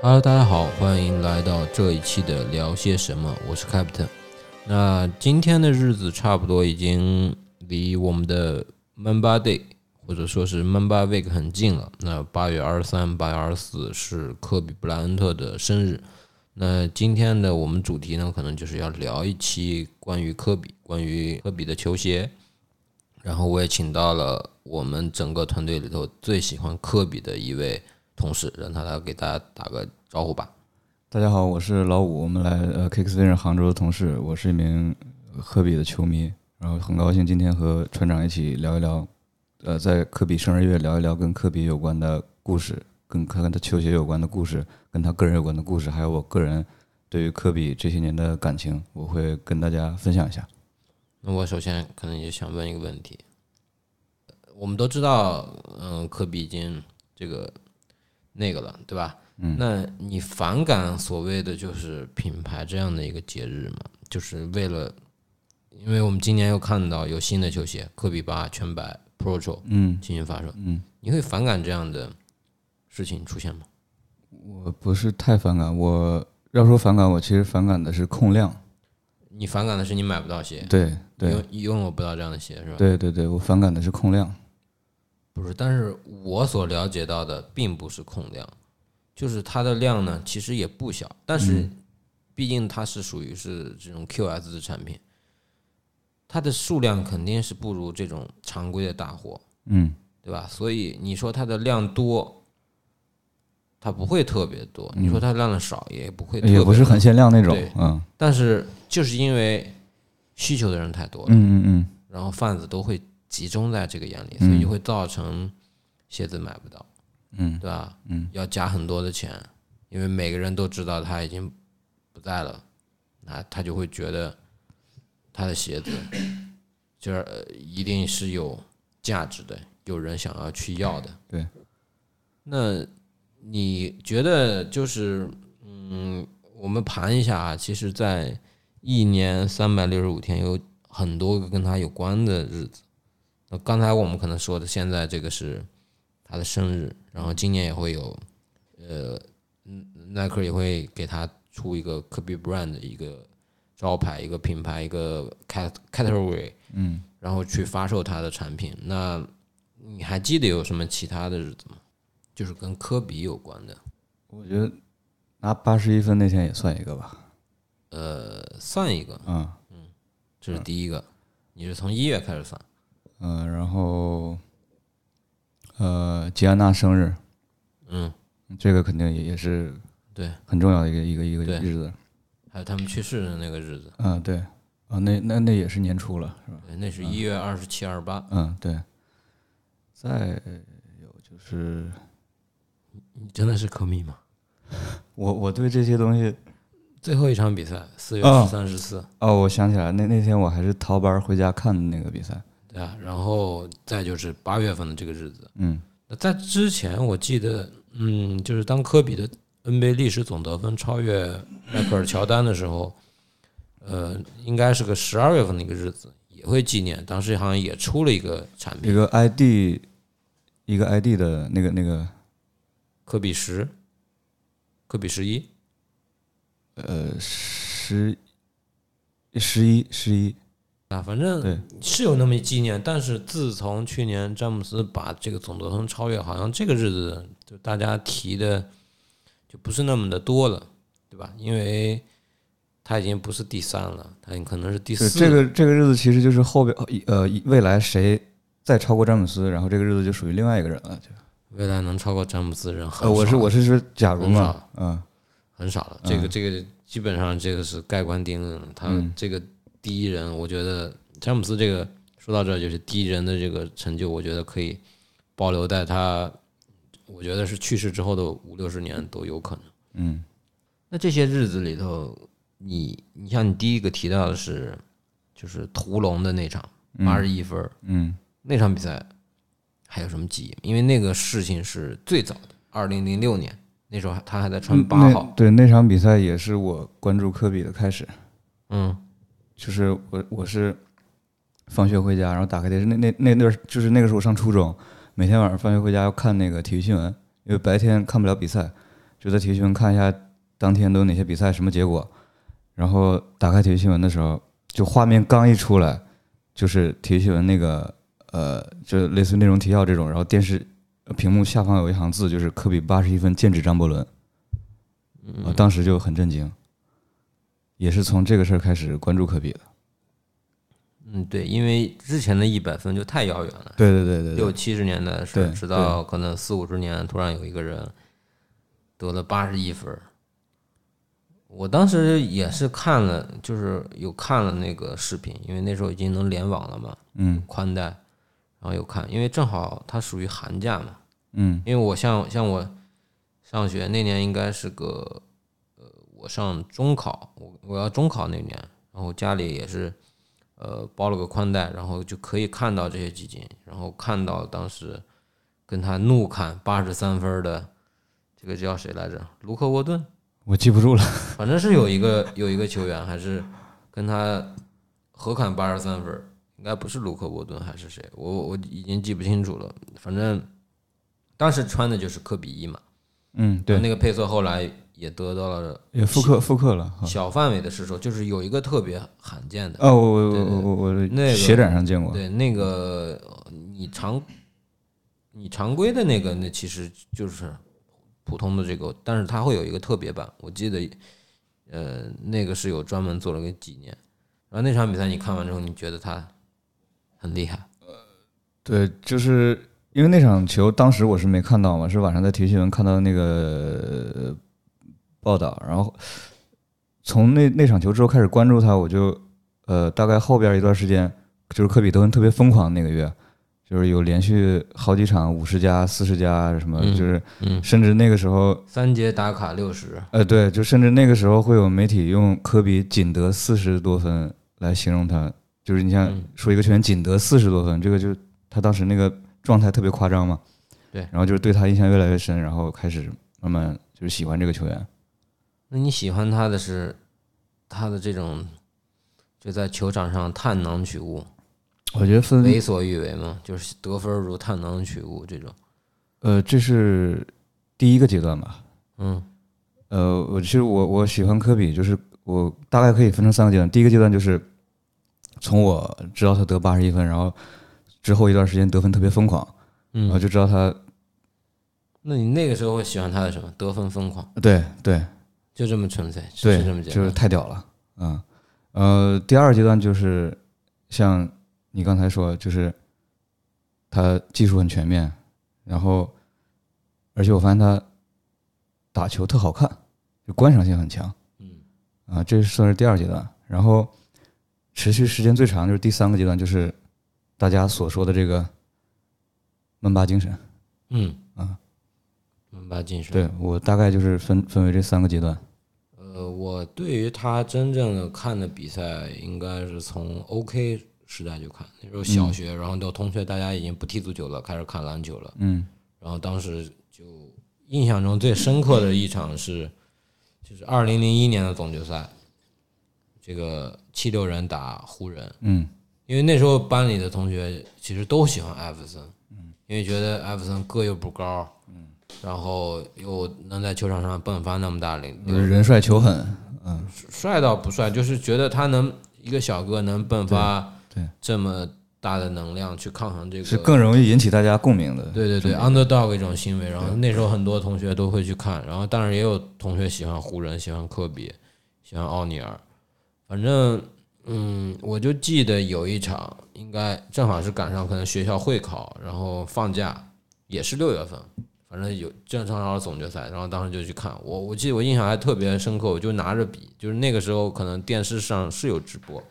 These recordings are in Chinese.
Hello，大家好，欢迎来到这一期的聊些什么，我是 Captain。那今天的日子差不多已经离我们的 Mamba Day 或者说是 Mamba Week 很近了。那八月二十三、八月二十四是科比布莱恩特的生日。那今天的我们主题呢，可能就是要聊一期关于科比，关于科比的球鞋。然后我也请到了我们整个团队里头最喜欢科比的一位同事，让他来给大家打个招呼吧。大家好，我是老五，我们来呃 Kicks Vision 杭州的同事，我是一名呃科比的球迷，然后很高兴今天和船长一起聊一聊，呃，在科比生日月聊一聊跟科比有关的故事，跟跟他球鞋有关的故事，跟他个人有关的故事，还有我个人对于科比这些年的感情，我会跟大家分享一下。那我首先可能也想问一个问题，呃我们都知道，嗯，科比已经这个那个了，对吧？嗯，那你反感所谓的就是品牌这样的一个节日吗？就是为了，因为我们今年又看到有新的球鞋，科比八全白 Pro Pro 嗯，进行发售，嗯，你会反感这样的事情出现吗？我不是太反感，我要说反感，我其实反感的是控量，你反感的是你买不到鞋，对对拥拥有不到这样的鞋是吧？对对对，我反感的是控量。不是，但是我所了解到的并不是控量，就是它的量呢其实也不小，但是嗯毕竟它是属于是这种 QS 的产品，它的数量肯定是不如这种常规的大货，嗯对吧？所以你说它的量多，它不会特别多；你说它量的少，也不会特别嗯也不是多很限量那种对，嗯但是就是因为需求的人太多了，嗯嗯嗯，然后贩子都会集中在这个眼里，所以就会造成鞋子买不到，嗯，对吧？嗯，要加很多的钱，因为每个人都知道他已经不在了，那他就会觉得他的鞋子就是呃一定是有价值的，有人想要去要的。对，那你觉得就是嗯，我们盘一下啊，其实，在一年三百六十五天有很多个跟他有关的日子。那刚才我们可能说的，现在这个是他的生日，然后今年也会有，呃，嗯耐克也会给他出一个 Kobe Brand 的一个招牌、一个品牌、一个 cat category，嗯，然后去发售他的产品。那你还记得有什么其他的日子吗？就是跟科比有关的，我觉得拿八十一分那天也算一个吧。呃，算一个，嗯这是第一个，你是从一月开始算，嗯、呃然后呃，吉安娜生日，嗯，这个肯定也也是对，很重要的一个一个一个对日子。还有他们去世的那个日子，嗯、对，啊、那那那也是年初了，是吧？对，那是一月二十七、二十八。嗯，对。再有就是你真的是科密吗？我我对这些东西最后一场比赛，四月嗯十三、十四，哦，我想起来，那那天我还是逃班回家看的那个比赛。对啊，然后再就是八月份的这个日子。嗯那在之前，我记得，嗯，就是当科比的 NBA 历史总得分超越迈克尔乔丹的时候，呃，应该是个十二月份的一个日子，也会纪念。当时好像也出了一个产一品，个 ID，一个 ID 的那个那个科比十，科比十一，呃十十一十一，啊，反正对是有那么一纪念，但是自从去年詹姆斯把这个总得分超越，好像这个日子就大家提的就不是那么的多了，对吧？因为他已经不是第三了，他可能是第对四。这个这个日子其实就是后边呃未来谁再超过詹姆斯，然后这个日子就属于另外一个人了。就未来能超过詹姆斯的人很少、呃，我是我是说假如很嘛少，嗯很少了。这个这个基本上这个是盖棺定论了。他嗯这个第一人，我觉得詹姆斯这个说到这儿就是第一人的这个成就，我觉得可以保留在他，我觉得是去世之后的五六十年都有可能。嗯，那这些日子里头，你你像你第一个提到的是，就是屠龙的那场八十一分儿、嗯，那场比赛，还有什么记忆？因为那个事情是最早的，二零零六年那时候他还在穿八嗯那号，对那场比赛也是我关注科比的开始，嗯。就是我我是放学回家，然后打开电视，那那那段就是那个时候我上初中，每天晚上放学回家要看那个体育新闻，因为白天看不了比赛，就在体育新闻看一下当天都有哪些比赛什么结果，然后打开体育新闻的时候，就画面刚一出来，就是体育新闻那个呃，就类似于内容提要这种，然后电视呃屏幕下方有一行字，就是科比八十一分剑指张伯伦，我当时就很震惊，也是从这个事儿开始关注科比的。嗯，对，因为之前的一百分就太遥远了，对对对对六七十年代的事，对直到可能四五十年，突然有一个人得了八十一分儿。我当时也是看了，就是有看了那个视频，因为那时候已经能联网了嘛，嗯宽带，然后有看，因为正好它属于寒假嘛，嗯因为我像像我上学那年应该是个，呃，我上中考，我我要中考那年，然后家里也是，呃，包了个宽带，然后就可以看到这些基金，然后看到当时跟他怒砍八十三分的这个叫谁来着？卢克沃顿，我记不住了。反正是有一个有一个球员还是跟他合砍八十三分儿，应该不是卢克沃顿还是谁，我我已经记不清楚了。反正当时穿的就是科比一嘛，嗯，对，啊那个配色后来也得到了也复刻复刻了。哈小范围的试售，就是有一个特别罕见的，哦，我我我我我那个鞋展上见过。对那个呃你常你常规的那个，那其实就是普通的这个，但是它会有一个特别版，我记得，呃，那个是有专门做了个纪念。然后那场比赛你看完之后，你觉得他很厉害，对，就是因为那场球当时我是没看到嘛，是晚上在体育新闻看到那个呃报道，然后从那那场球之后开始关注他，我就呃大概后边一段时间，就是科比得分特别疯狂那个月，就是有连续好几场五十加、四十加什么，嗯就是嗯，甚至那个时候三节打卡六十，呃，对，就甚至那个时候会有媒体用科比仅得四十多分来形容他，就是你像嗯说一个球员仅得四十多分，这个就是他当时那个状态特别夸张嘛。对然后就是对他印象越来越深，然后开始慢慢就是喜欢这个球员。那你喜欢他的是他的这种就在球场上探囊取物、我觉得分为所欲为嘛，就是得分如探囊取物这种，呃，这是第一个阶段吧。嗯呃，我其实我我喜欢科比，就是我大概可以分成三个阶段。第一个阶段就是从我知道他得八十一分，然后之后一段时间得分特别疯狂，然后嗯。就知道他那你那个时候会喜欢他的什么？得分疯狂，嗯对对就这么纯粹，对，是这么简就是单。太屌了，嗯，呃，第二阶段就是像你刚才说，就是他技术很全面，然后而且我发现他打球特好看，就观赏性很强，嗯啊，这算是第二阶段。然后持续时间最长就是第三个阶段，就是大家所说的这个曼巴精神。嗯啊，门巴进水。对我大概就是分分为这三个阶段。呃，我对于他真正的看的比赛，应该是从 OK 时代就看，那时候小学，然后到同学，大家已经不踢足球了，开始看篮球了。嗯然后当时就印象中最深刻的一场是，就是二零零一年的总决赛，这个七六人打湖人，嗯因为那时候班里的同学其实都喜欢艾弗森，嗯因为觉得艾弗森个又不高，然后又能在球场上迸发那么大力，人帅球狠，嗯，帅倒不帅，就是觉得他能一个小哥能迸发对对这么大的能量去抗衡这个，是更容易引起大家共鸣的。对对对，underdog 一种行为。然后那时候很多同学都会去看，然后当然也有同学喜欢湖人，喜欢科比，喜欢奥尼尔。反正嗯，我就记得有一场，应该正好是赶上可能学校会考，然后放假，也是六月份，反正有正常好总决赛，然后当时就去看。我我记得我印象还特别深刻，我就拿着笔，就是那个时候可能电视上是有直播。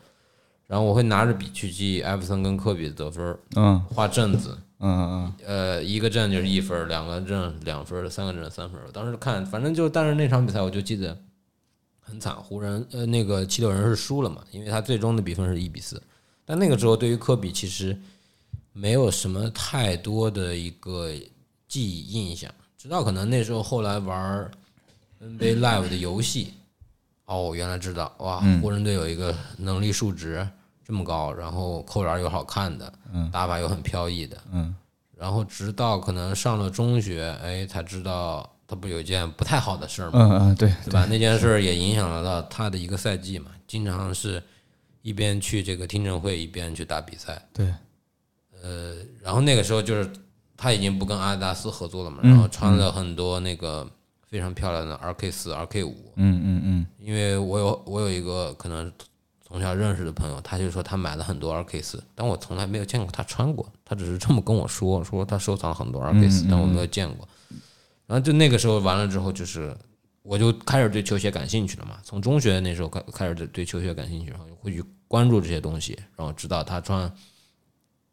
然后我会拿着笔去记艾弗森跟科比的得分儿，嗯画阵子，嗯嗯呃，一个阵就是一分儿，两个阵两分儿，三个阵三分儿。我当时看，反正就，但是那场比赛我就记得很惨，湖人呃那个七六人是输了嘛，因为他最终的比分是一比四。但那个时候对于科比其实没有什么太多的一个记忆印象，直到可能那时候后来玩儿 NBA Live 的游戏，哦，我原来知道，哇，湖人队有一个能力数值这么高，然后扣篮又好看的，打法又很飘逸的，嗯然后直到可能上了中学，哎，才知道他不是有一件不太好的事儿吗？嗯嗯，对对吧？那件事儿也影响了到他的一个赛季嘛，经常是一边去这个听证会，一边去打比赛。对，呃，然后那个时候就是他已经不跟阿迪达斯合作了嘛，嗯然后穿了很多那个非常漂亮的 RK 四、RK 五，嗯嗯嗯因为我有我有一个可能从小认识的朋友，他就说他买了很多 RK 四，但我从来没有见过他穿过，他只是这么跟我说，说他收藏了很多 RK 嗯四，但我没有见过。然后就那个时候完了之后，就是我就开始对球鞋感兴趣了嘛，从中学那时候开开始对对球鞋感兴趣，然后就会去关注这些东西，然后知道他穿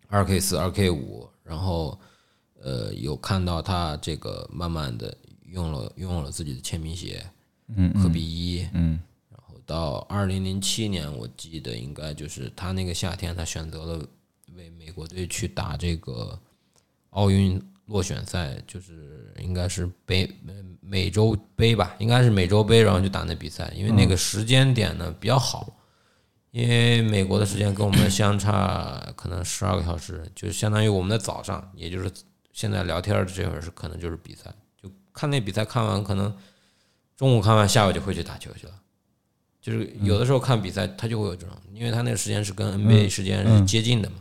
二 K 四、二 K 五，然后呃有看到他这个慢慢的用了拥有了自己的签名鞋，嗯科比一，嗯然后到二零零七年，我记得应该就是他那个夏天，他选择了为美国队去打这个奥运落选赛，就是应该是北美美洲杯吧，应该是美洲杯，然后就打那比赛，因为嗯那个时间点呢比较好。因为美国的时间跟我们相差可能十二个小时，就是相当于我们的早上，也就是现在聊天的这会儿是可能就是比赛，就看那比赛看完，可能中午看完，下午就会去打球去了。就是嗯有的时候看比赛，他就会有这种，因为他那个时间是跟 NBA 时间嗯是接近的嘛。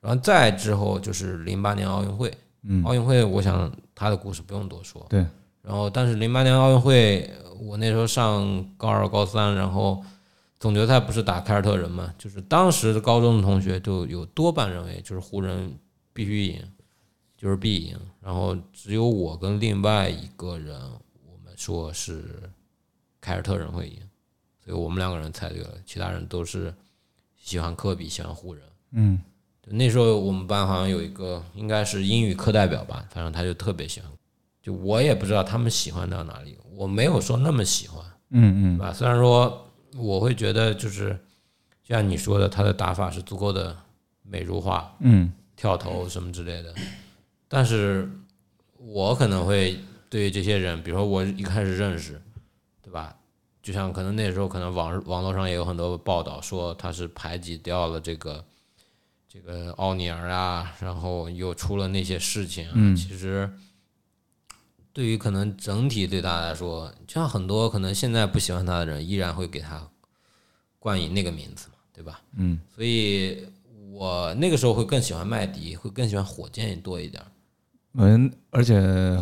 然后再之后就是零八年奥运会，嗯，奥运会我想他的故事不用多说。对，然后但是零八年奥运会，我那时候上高二、高三，然后总决赛不是打凯尔特人嘛，就是当时的高中的同学就有多半认为就是湖人必须赢，就是必赢。然后只有我跟另外一个人，我们说是凯尔特人会赢，所以我们两个人猜对了，其他人都是喜欢科比，喜欢湖人。嗯就那时候我们班好像有一个应该是英语课代表吧，反正他就特别喜欢，就我也不知道他们喜欢到哪里，我没有说那么喜欢，对嗯嗯吧？虽然说我会觉得就是，就像你说的，他的打法是足够的美如画，嗯跳投什么之类的，但是我可能会对这些人，比如说我一开始认识，对吧？就像可能那时候可能网网络上也有很多报道说他是排挤掉了这个这个奥尼尔啊，然后又出了那些事情啊、嗯其实对于可能整体对他来说，就像很多可能现在不喜欢他的人，依然会给他冠以那个名字嘛，对吧？嗯所以我那个时候会更喜欢麦迪，会更喜欢火箭多一点。嗯，而且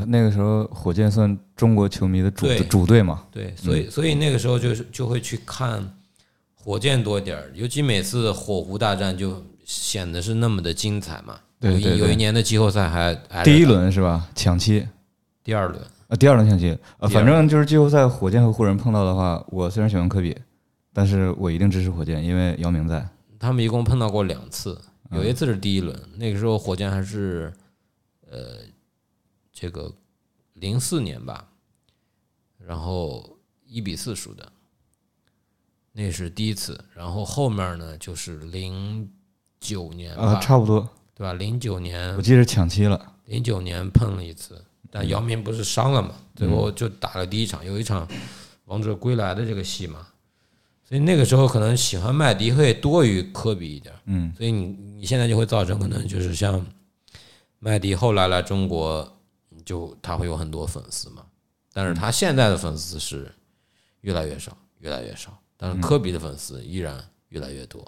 那个时候火箭算中国球迷的主对主队嘛，对，所嗯以所以那个时候就是就会去看火箭多一点儿，尤其每次火狐大战就显得是那么的精彩嘛。对有一对对有一年的季后赛还挨着第一打轮是吧？抢七第二轮，啊，第二轮抢七第啊，二反轮正就是季后赛火箭和湖人碰到的话，我虽然喜欢科比，但是我一定支持火箭，因为姚明在。他们一共碰到过两次，嗯有一次是第一轮，那个时候火箭还是呃这个零四年吧，然后一比四输的，那是第一次。然后后面呢就是零九年啊，吧，差不多，对吧？零九我年记得是抢七了。零九年碰了一次，但姚明不是伤了嘛，最后就打了第一场，有一场王者归来的这个戏嘛。所以那个时候可能喜欢麦迪会多于科比一点，嗯所以你你现在就会造成可能就是像麦迪后来来中国，就他会有很多粉丝嘛，但是他现在的粉丝是越来越少，越来越少，但是科比的粉丝依然越来越多，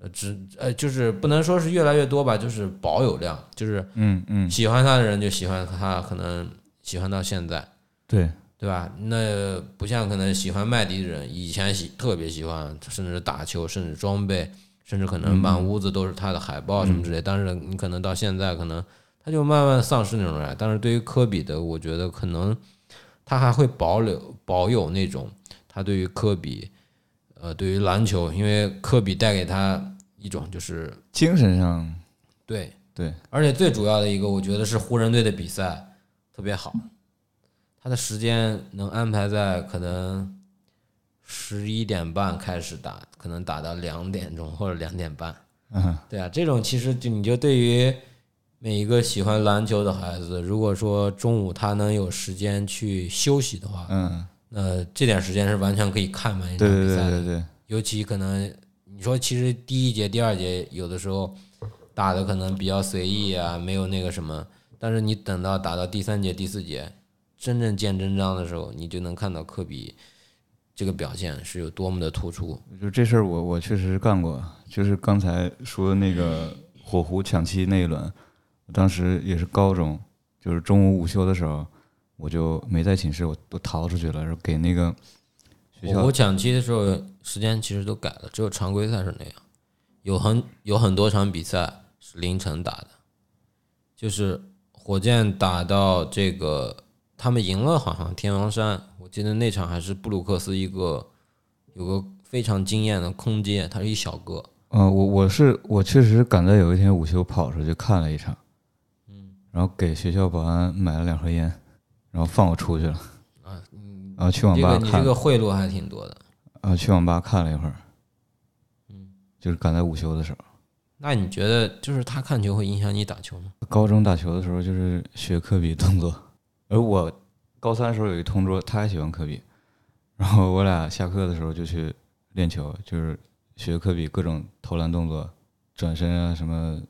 呃，只呃就是不能说是越来越多吧，就是保有量，就是嗯嗯，喜欢他的人就喜欢他，可能喜欢到现在，对，对吧？那不像可能喜欢麦迪的人，以前喜特别喜欢，甚至打球，甚至装备，甚至可能满屋子都是他的海报什么之类。但是你可能到现在，可能他就慢慢丧失那种爱。但是对于科比的，我觉得可能他还会保留保有那种他对于科比，呃，对于篮球，因为科比带给他一种就是精神上对对，而且最主要的一个，我觉得是湖人队的比赛特别好，他的时间能安排在可能十一点半开始打，可能打到两点钟或者两点半。嗯对啊，这种其实就你就对于每一个喜欢篮球的孩子，如果说中午他能有时间去休息的话，嗯，那这点时间是完全可以看完一场对对比对赛的。对对，尤其可能你说，其实第一节、第二节有的时候打的可能比较随意啊，没有那个什么，但是你等到打到第三节、第四节，真正见真章的时候，你就能看到科比这个表现是有多么的突出。就这事儿，我我确实是干过，就是刚才说那个火狐抢七那一轮，我当时也是高中，就是中午午休的时候，我就没在寝室，我都逃出去了，然后给那个学我校我抢七的时候时间其实都改了，只有常规赛是那样，有很有很多场比赛是凌晨打的，就是火箭打到这个他们赢了，好像天王山，我记得那场还是布鲁克斯一个有个非常惊艳的空接，他是一小个，嗯，我我是我确实赶在有一天午休跑出去看了一场，嗯，然后给学校保安买了两盒烟，然后放我出去了，然后去网这吧个啊你这看，个贿赂还挺多的。然后去网吧看了一会儿，嗯，嗯就是赶在午休的时候。那你觉得就是他看球会影响你打球吗？高中打球的时候就是学科比动作， 而我高三的时候有一同桌，他也喜欢科比，然后我俩下课的时候就去练球，就是学科比各种投篮动作、转身啊、什么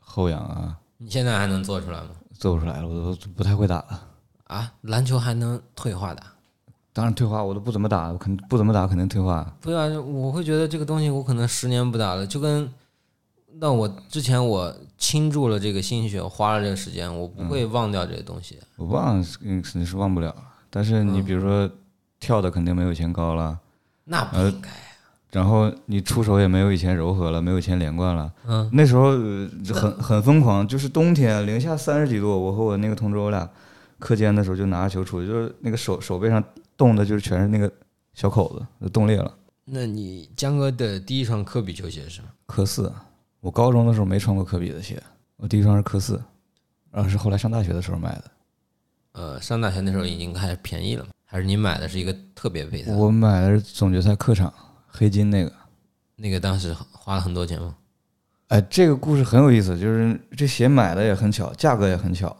后仰啊，你现在还能做出来吗？做不出来了，我都不太会打了。啊，篮球还能退化的？当然退化我都不怎么打，我肯不怎么打肯定退化。不啊，我会觉得这个东西我可能十年不打了，就跟那我之前我倾注了这个心血，花了这个时间，我不会忘掉这个东西。我忘了，嗯，肯定是忘不了。但是你比如说跳的肯定没有以前高了，那不应该，啊然后你出手也没有以前柔和了，没有以前连贯了。嗯，那时候呃很很疯狂，就是冬天零下三十几度，我和我那个同桌我俩课间的时候就拿着球出去，就是那个手手背上冻的，就是全是那个小口子，就冻裂了。那你江哥的第一双科比球鞋是什么？科四，我高中的时候没穿过科比的鞋，我第一双是科四，然后是后来上大学的时候买的。呃，上大学那时候已经开始便宜了嘛？还是你买的是一个特别配色？我买的是总决赛客场黑金那个。那个当时花了很多钱吗？哎，这个故事很有意思，就是这鞋买的也很巧，价格也很巧。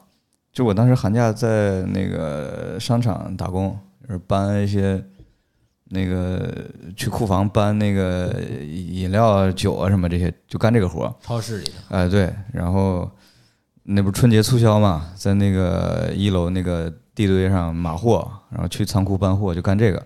就我当时寒假在那个商场打工，就是搬一些那个去库房搬那个饮料啊、酒啊什么这些，就干这个活儿。超市里的，哎，对，然后那不是春节促销嘛，在那个一楼那个地堆上码货，然后去仓库搬货，就干这个，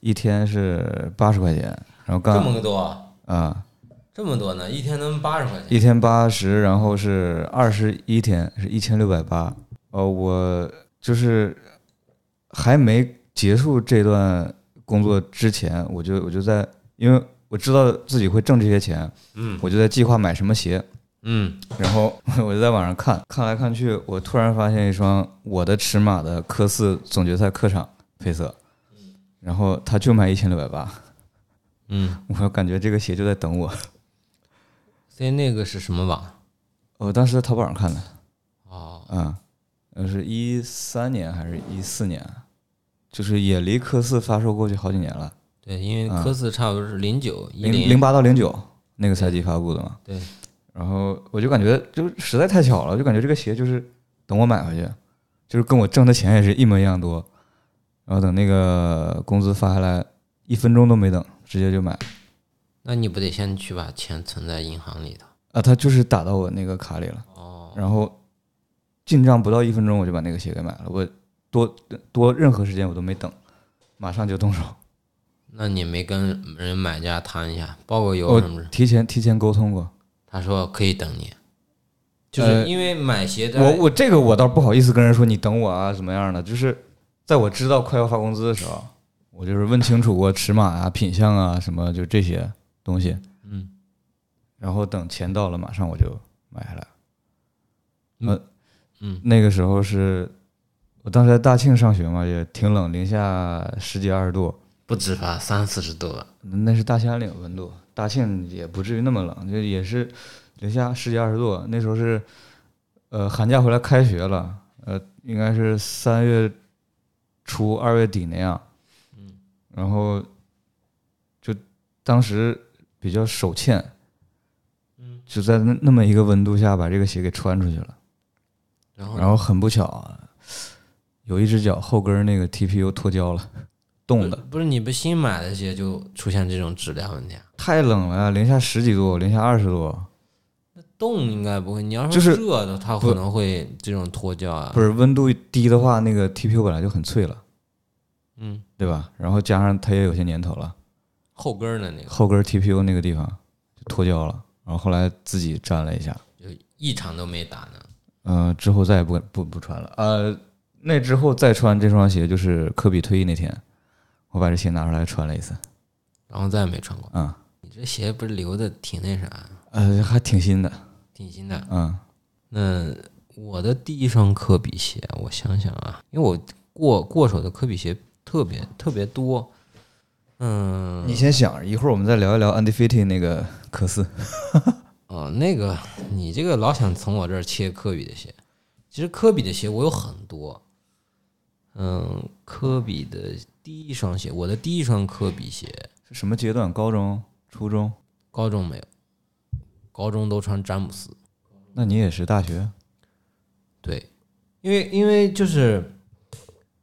一天是八十块钱，然后干这么个多啊，啊、这么多呢？一天能八十块钱？一天八十，然后是二十一天是一千六百八。呃，我就是还没结束这段工作之前，我就我就在，因为我知道自己会挣这些钱，嗯我就在计划买什么鞋。嗯，然后 我就在网上看，看来看去，我突然发现一双我的尺码的科四总决赛客场配色，然后它就卖一千六百八，嗯，我感觉这个鞋就在等我。所以那个是什么网？我当时在淘宝上看的。哦，啊，呃，是一三年还是一四年啊？就是也离科四发售过去好几年了，对，因为科四差不多是零九一零零八到零九那个赛季发布的嘛。对，然后我就感觉就实在太巧了，就感觉这个鞋就是等我买回去，就是跟我挣的钱也是一模一样多。然后等那个工资发下来，一分钟都没等，直接就买那你不得先去把钱存在银行里头？啊！他就是打到我那个卡里了。哦，然后进账不到一分钟，我就把那个鞋给买了。我多多任何时间我都没等，马上就动手。 那你没跟人买家谈一下，包个邮我什么的？提前提前沟通过，他说可以等你，就呃是因为买鞋的，我我这个我倒不好意思跟人说你等我啊怎么样的，就是在我知道快要发工资的时候，我就是问清楚过尺码啊、品相啊什么就这些东西，嗯，然后等钱到了，马上我就买下来。嗯那个时候是我当时在大庆上学嘛，也挺冷，零下十几二十度，不止吧，三四十度了。那是大兴安岭温度，大庆也不至于那么冷，就也是零下十几二十度。那时候是，呃，寒假回来开学了，呃，应该是三月初二月底那样。嗯，然后就当时比较手欠，嗯，就在那那么一个温度下把这个鞋给穿出去了。然后然后很不巧啊，有一只脚后跟儿那个 TPU 脱胶了，冻的。不是你不新买的鞋就出现这种质量问题啊？太冷了，零下十几度，零下二十度，冻应该不会，你要就是是热的，它可能会这种脱臼啊。不是温度低的话，那个 TPU 本来就很脆了，嗯，对吧？然后加上它也有些年头了，后跟儿的那个后跟 TPU 那个地方就脱胶了，然后后来自己粘了一下，一场都没打呢。嗯，之后再也不不不穿了。呃，那之后再穿这双鞋就是科比退役那天，我把这鞋拿出来穿了一次，然后再也没穿过。嗯，你这鞋不是留的挺那啥，呃，还挺新的，挺新的。嗯那我的第一双科比鞋，我想想啊，因为我过过手的科比鞋特别特别多。嗯，你先想，一会儿我们再聊一聊 Undefeated 那个科斯。哦，那个你这个老想从我这儿切科比的鞋，其实科比的鞋我有很多。嗯，科比的第一双鞋，我的第一双科比鞋，是什么阶段？高中、初中？高中没有，高中都穿詹姆斯。那你也是大学？对，因为因为就是，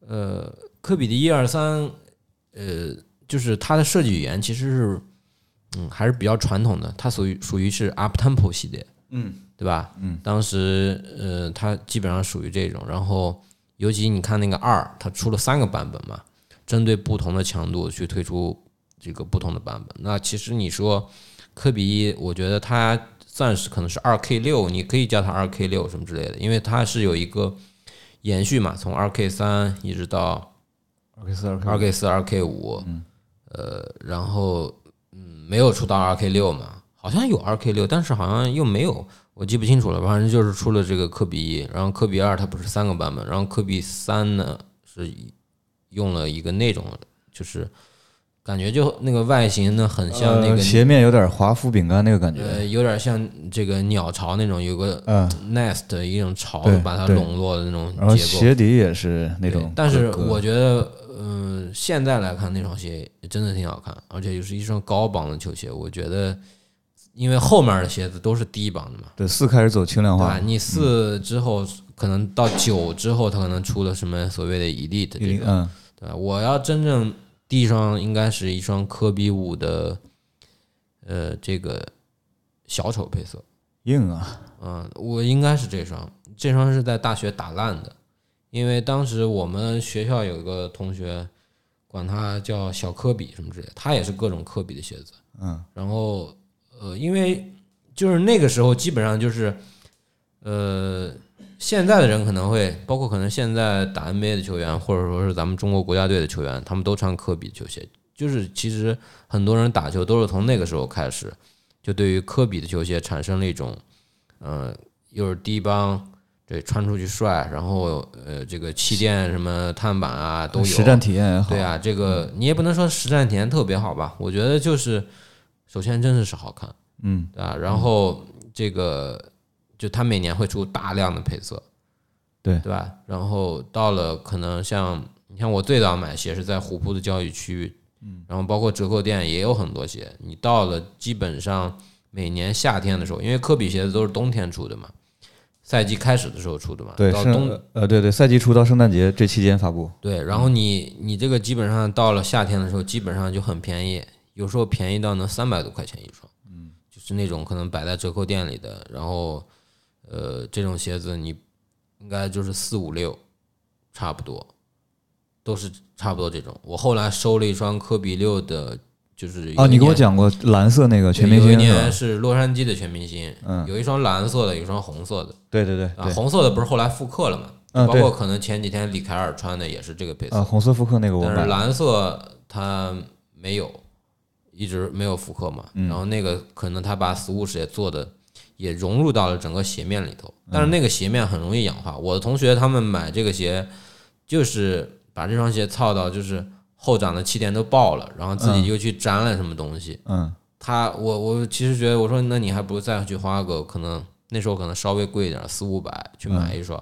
呃，科比的一二三，呃，就是它的设计语言其实是，嗯，还是比较传统的，它属于属于是 up tempo 系列，嗯，对吧？嗯，当时呃，它基本上属于这种，然后尤其你看那个二，它出了三个版本嘛，针对不同的强度去推出这个不同的版本。那其实你说科比一，我觉得它暂时可能是二 K 六，你可以叫它二 K 六什么之类的，因为它是有一个延续嘛，从二 K 三一直到二 K 四、二 K 二 K 四、二 K 五，呃，然后嗯，没有出到二 K 六嘛，好像有二 K 六，但是好像又没有，我记不清楚了。反正就是出了这个科比一，然后科比二它不是三个版本，然后科比三呢是用了一个那种，就是感觉就那个外形呢很像那个、呃鞋面有点华夫饼干那个感觉。呃，有点像这个鸟巢那种有个嗯， nest 一种巢对把它对笼络的那种然后结构。鞋底也是那对种格格，但是我觉得，嗯、现在来看那双鞋真的挺好看，而且就是一双高帮的球鞋。我觉得，因为后面的鞋子都是低帮的嘛，对四开始走轻量对化吧？，你四之后，可能到九之后，它可能出了什么所谓的 elite 这一种，嗯，对吧？我要真正第一双应该是一双科比五的，呃，这个小丑配色。硬啊，嗯，我应该是这双，这双是在大学打烂的，因为当时我们学校有一个同学，管他叫小科比什么之类的，他也是各种科比的鞋子。嗯，然后呃，因为就是那个时候基本上就是，呃，现在的人可能会包括可能现在打 NBA 的球员，或者说是咱们中国国家队的球员，他们都穿科比球鞋。就是其实很多人打球都是从那个时候开始，就对于科比的球鞋产生了一种，呃，又是低帮。对，穿出去帅，然后呃，这个气垫什么碳板啊都有，实战体验也好，对啊，这个你也不能说实战体验特别好吧？我觉得就是，首先真的是好看，嗯，对吧？然后这个就它每年会出大量的配色，对对吧？然后到了可能像你像我最早买鞋是在虎扑的教育区，嗯，然后包括折扣店也有很多鞋。你到了基本上每年夏天的时候，因为科比鞋子都是冬天出的嘛，赛季开始的时候出的嘛，对，到圣冬呃对对，赛季初到圣诞节这期间发布，对，然后你你这个基本上到了夏天的时候，基本上就很便宜，有时候便宜到能三百多块钱一双，嗯，就是那种可能摆在折扣店里的，然后呃，这种鞋子你应该就是四五六，差不多，都是差不多这种。我后来收了一双科比六的，就是有哦，一你给我年讲过蓝色那个全明有一星是年吧？是洛杉矶的全明星，嗯有一双蓝色的，有一双红色的，对对对啊，对，红色的不是后来复刻了嘛？嗯包对括可能前几天李凯尔穿的也是这个配色啊，，红色复刻那个我但买是了，蓝色它没有，一直没有复刻嘛。嗯然后那个可能它把 swoosh 也做的也融入到了整个鞋面里头，但是那个鞋面很容易氧化。我的同学他们买这个鞋，就是把这双鞋操到就是后掌的气垫都爆了，然后自己又去粘了什么东西。嗯，他我我其实觉得我说那你还不如再去花个可能那时候可能稍微贵一点四五百去买一双。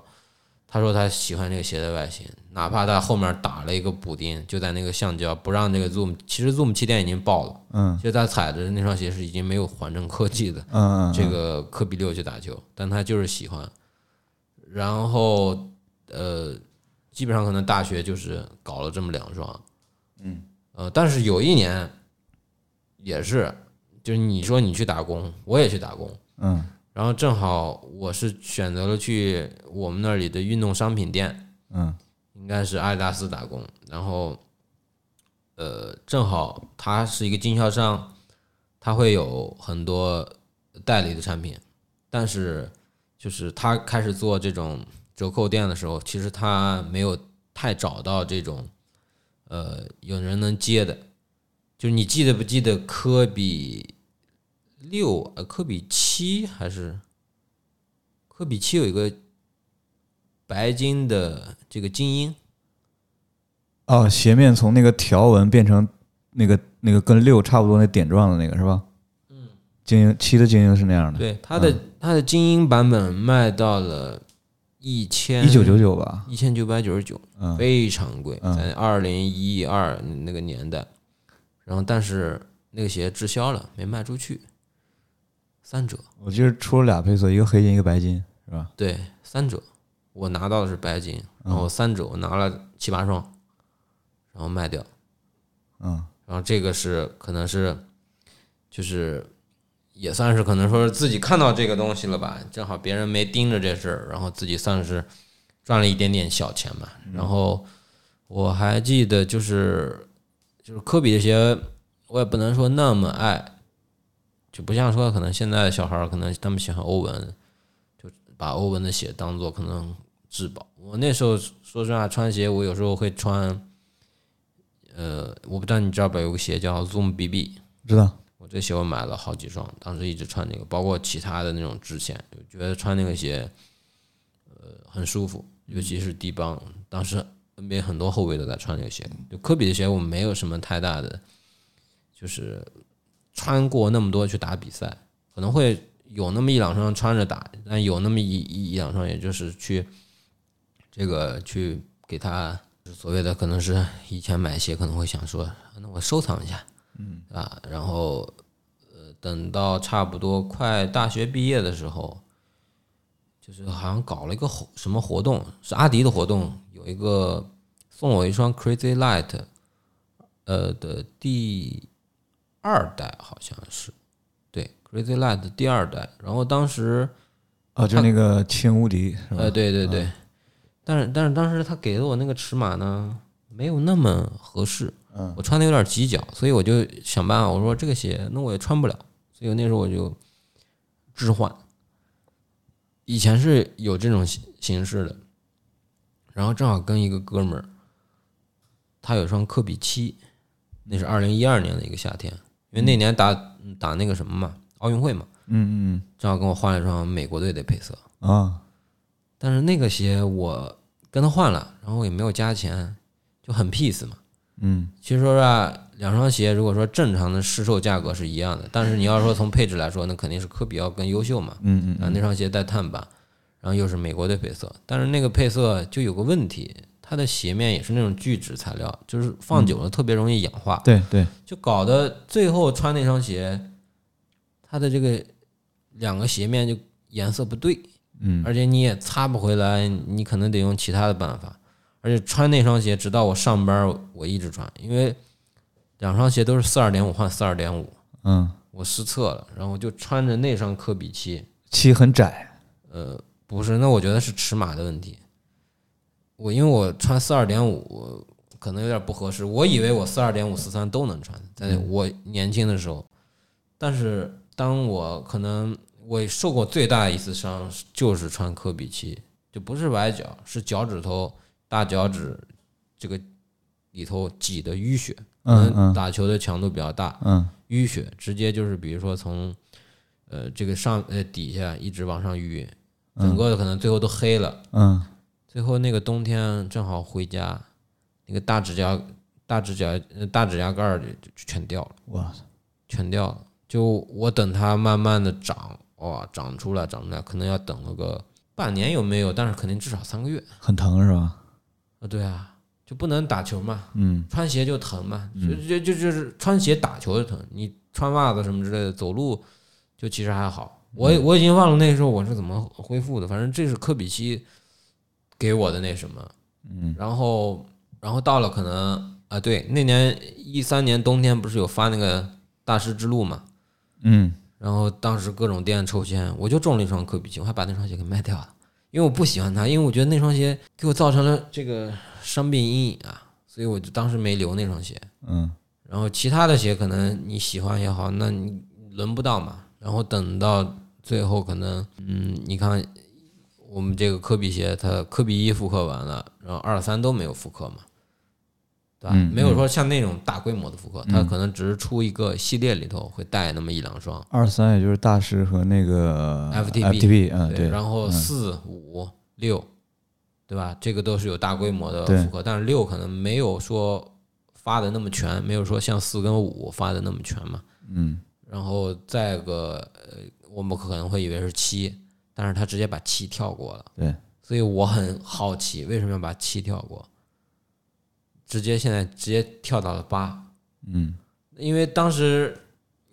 他说他喜欢这个鞋的外形，哪怕他后面打了一个补丁，就在那个橡胶不让这个 Zoom，其实 Zoom 气垫已经爆了，嗯其实他踩的那双鞋是已经没有缓震科技的，嗯嗯，这个科比六去打球，但他就是喜欢。然后呃，基本上可能大学就是搞了这么两双，嗯，呃，但是有一年也是，就是你说你去打工，我也去打工，嗯，然后正好我是选择了去我们那里的运动商品店，嗯应该是阿迪达斯打工。然后，呃，正好它是一个经销商，它会有很多代理的产品，但是就是他开始做这种折扣店的时候，其实他没有太找到这种呃有人能接的。就是你记得不记得科比六呃科比七还是科比七有一个白金的这个精英，哦，鞋面从那个条纹变成那个那个跟六差不多那点状的那个是吧？嗯，精英七的精英是那样的，嗯对它的它的精英版本卖到了一千一九九九吧？一千九百九十九，嗯非常贵，嗯在二零一二那个年代，然后但是那个鞋滞销了，没卖出去，三折，我记得出了俩配色，一个黑金，一个白金，是吧？对，三折，我拿到的是白金，嗯然后三折我拿了七八双，然后卖掉，嗯，然后这个是可能是就是也算是可能说是自己看到这个东西了吧，正好别人没盯着这事儿，然后自己算是赚了一点点小钱吧。然后我还记得就是就是科比的鞋，我也不能说那么爱，就不像说可能现在的小孩儿可能他们喜欢欧文，就把欧文的鞋当做可能质保。我那时候说实话穿鞋，我有时候会穿。呃，我不知道你知道吧，有个鞋叫 Zoom BB，知道。我这鞋我买了好几双，当时一直穿这个，包括其他的那种支线，就觉得穿那个鞋，呃，很舒服，尤其是低帮。当时 NBA 很多后卫都在穿这个鞋，就科比的鞋我没有什么太大的，就是穿过那么多去打比赛，可能会有那么一两双穿着打，但有那么一一一两双，也就是去这个去给他所谓的可能是以前买鞋可能会想说，啊那我收藏一下。啊，然后呃，等到差不多快大学毕业的时候，就是好像搞了一个活什么活动，是阿迪的活动，有一个送我一双 Crazy Light，呃的第二代好像是，对 Crazy Light 的第二代，然后当时哦，就那个轻无敌是吧？啊呃对对对，但是但是当时他给的我那个尺码呢，没有那么合适，嗯，我穿的有点挤脚，所以我就想办法，我说这个鞋那我也穿不了，所以我那时候我就置换。以前是有这种形形式的，然后正好跟一个哥们儿，他有一双科比七，那是二零一二年的一个夏天，因为那年打嗯打那个什么嘛，奥运会嘛，嗯嗯嗯正好跟我换了一双美国队的配色，嗯啊，但是那个鞋我跟他换了，然后也没有加钱，就很 peace 嘛。嗯其实说实话，两双鞋如果说正常的市售价格是一样的，但是你要说从配置来说，那肯定是科比要更优秀嘛。嗯嗯啊，那双鞋带碳板，然后又是美国的配色，但是那个配色就有个问题，它的鞋面也是那种聚酯材料，就是放嗯久了特别容易氧化，对对，就搞得最后穿那双鞋，它的这个两个鞋面就颜色不对，嗯而且你也擦不回来，你可能得用其他的办法。而且穿那双鞋，直到我上班儿，我一直穿，因为两双鞋都是四二点五换四二点五，嗯，我失策了，然后我就穿着那双科比七，漆很窄，呃，不是，那我觉得是尺码的问题。我因为我穿四二点五可能有点不合适，我以为我四二点五、四三都能穿，在嗯我年轻的时候，但是当我可能我受过最大一次伤就是穿科比七，就不是崴脚，是脚趾头大脚趾这个里头挤的淤血，嗯可能嗯打球的强度比较大，嗯淤血直接就是比如说从呃这个上呃底下一直往上淤，整个可能最后都黑了。嗯最后那个冬天正好回家，那个大指甲大指甲呃大指甲盖儿就就全掉了，哇，全掉了。就我等它慢慢的长，哇、长出来长出来，可能要等了个半年有没有？但是肯定至少三个月很疼是吧？啊，对啊，就不能打球嘛，嗯穿鞋就疼嘛，就就就就是穿鞋打球就疼，你穿袜子什么之类的，走路就其实还好。嗯我也我已经忘了那时候我是怎么恢复的，反正这是科比七给我的那什么，嗯然后然后到了可能啊，对，那年一三年冬天不是有发那个大师之路嘛，嗯然后当时各种店抽签，我就中了一双科比鞋，我还把那双鞋给卖掉了，因为我不喜欢它，因为我觉得那双鞋给我造成了这个伤病阴影啊，所以我就当时没留那双鞋。嗯然后其他的鞋可能你喜欢也好，那你轮不到嘛。然后等到最后可能，嗯，你看我们这个科比鞋，它科比一复刻完了，然后二三都没有复刻嘛，对吧？嗯没有说像那种大规模的复刻，它可能只是出一个系列里头会带那么一两双，二三也就是大师和那个 FTP FTP，嗯，对，然后嗯四五六，对吧？这个都是有大规模的对复刻，但是六可能没有说发的那么全，没有说像四跟五发的那么全嘛。嗯然后再个呃，我们可能会以为是七，但是他直接把七跳过了，对，所以我很好奇为什么要把七跳过，直接现在直接跳到了八，嗯因为当时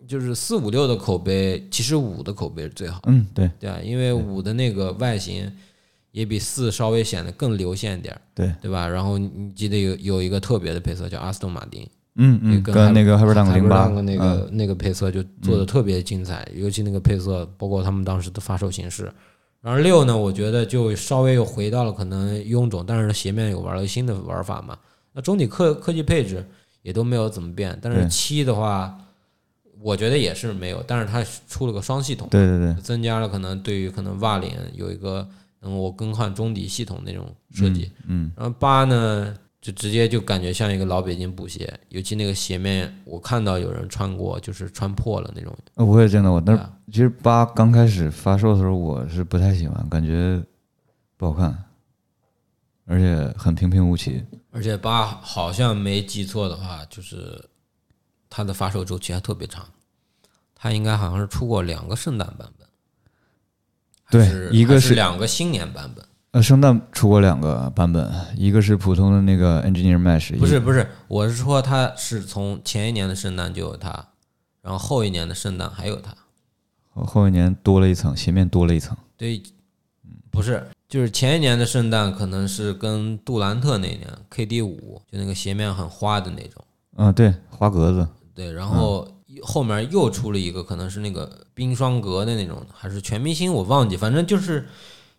就是四五六的口碑，其实五的口碑是最好的，嗯，对对啊，因为五的那个外形也比四稍微显得更流线点儿，对，对吧？然后你你记得有有一个特别的配色叫阿斯顿马丁，嗯也嗯，跟跟那个 h Hyper Dunk 零八嗯那个那个配色就做的特别精彩，尤其那个配色，包括他们当时的发售形式。然后六呢，我觉得就稍微又回到了可能臃肿，但是鞋面有玩了新的玩法嘛。那中底科科技配置也都没有怎么变，但是对七的话，我觉得也是没有，但是它出了个双系统，对对嗯对，增加了可能对于可能袜领有一个嗯我更换中底系统那种设计。嗯然后八呢，就直接就感觉像一个老北京布鞋，尤其那个鞋面，我看到有人穿过，就是穿破了那种。啊呃我也见到过，但对是吧其实八刚开始发售的时候，我是不太喜欢，感觉不好看，而且很平平无奇。而且八好像没记错的话，就是它的发售周期还特别长，它应该好像是出过两个圣诞版本，还对是一个还是是两个新年版本。呃，圣诞出过两个版本，一个是普通的那个 Engineer Mesh，不一是不是，我是说它是从前一年的圣诞就有它，然后后一年的圣诞还有它。后后一年多了一层，鞋面多了一层。对，不是，就是前一年的圣诞可能是跟杜兰特那年 KD 五，就那个鞋面很花的那种。嗯，对，花格子，对，然后后面又出了一个，可能是那个冰霜格的那种，还是全明星，我忘记，反正就是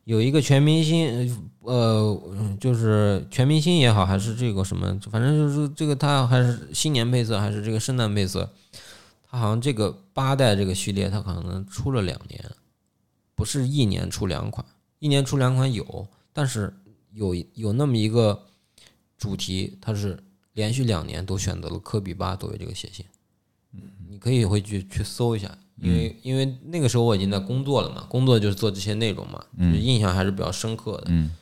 有一个全明星，呃，嗯就是全明星也好，还是这个什么，反正就是这个它还是新年配色，还是这个圣诞配色，它好像这个八代这个序列，它可能出了两年，不是一年出两款，一年出两款有，但是有有那么一个主题，它是连续两年都选择了科比八作为这个鞋型。你可以回去去搜一下，因为因为那个时候我已经在工作了嘛，工作就是做这些内容嘛，就是印象还是比较深刻的。嗯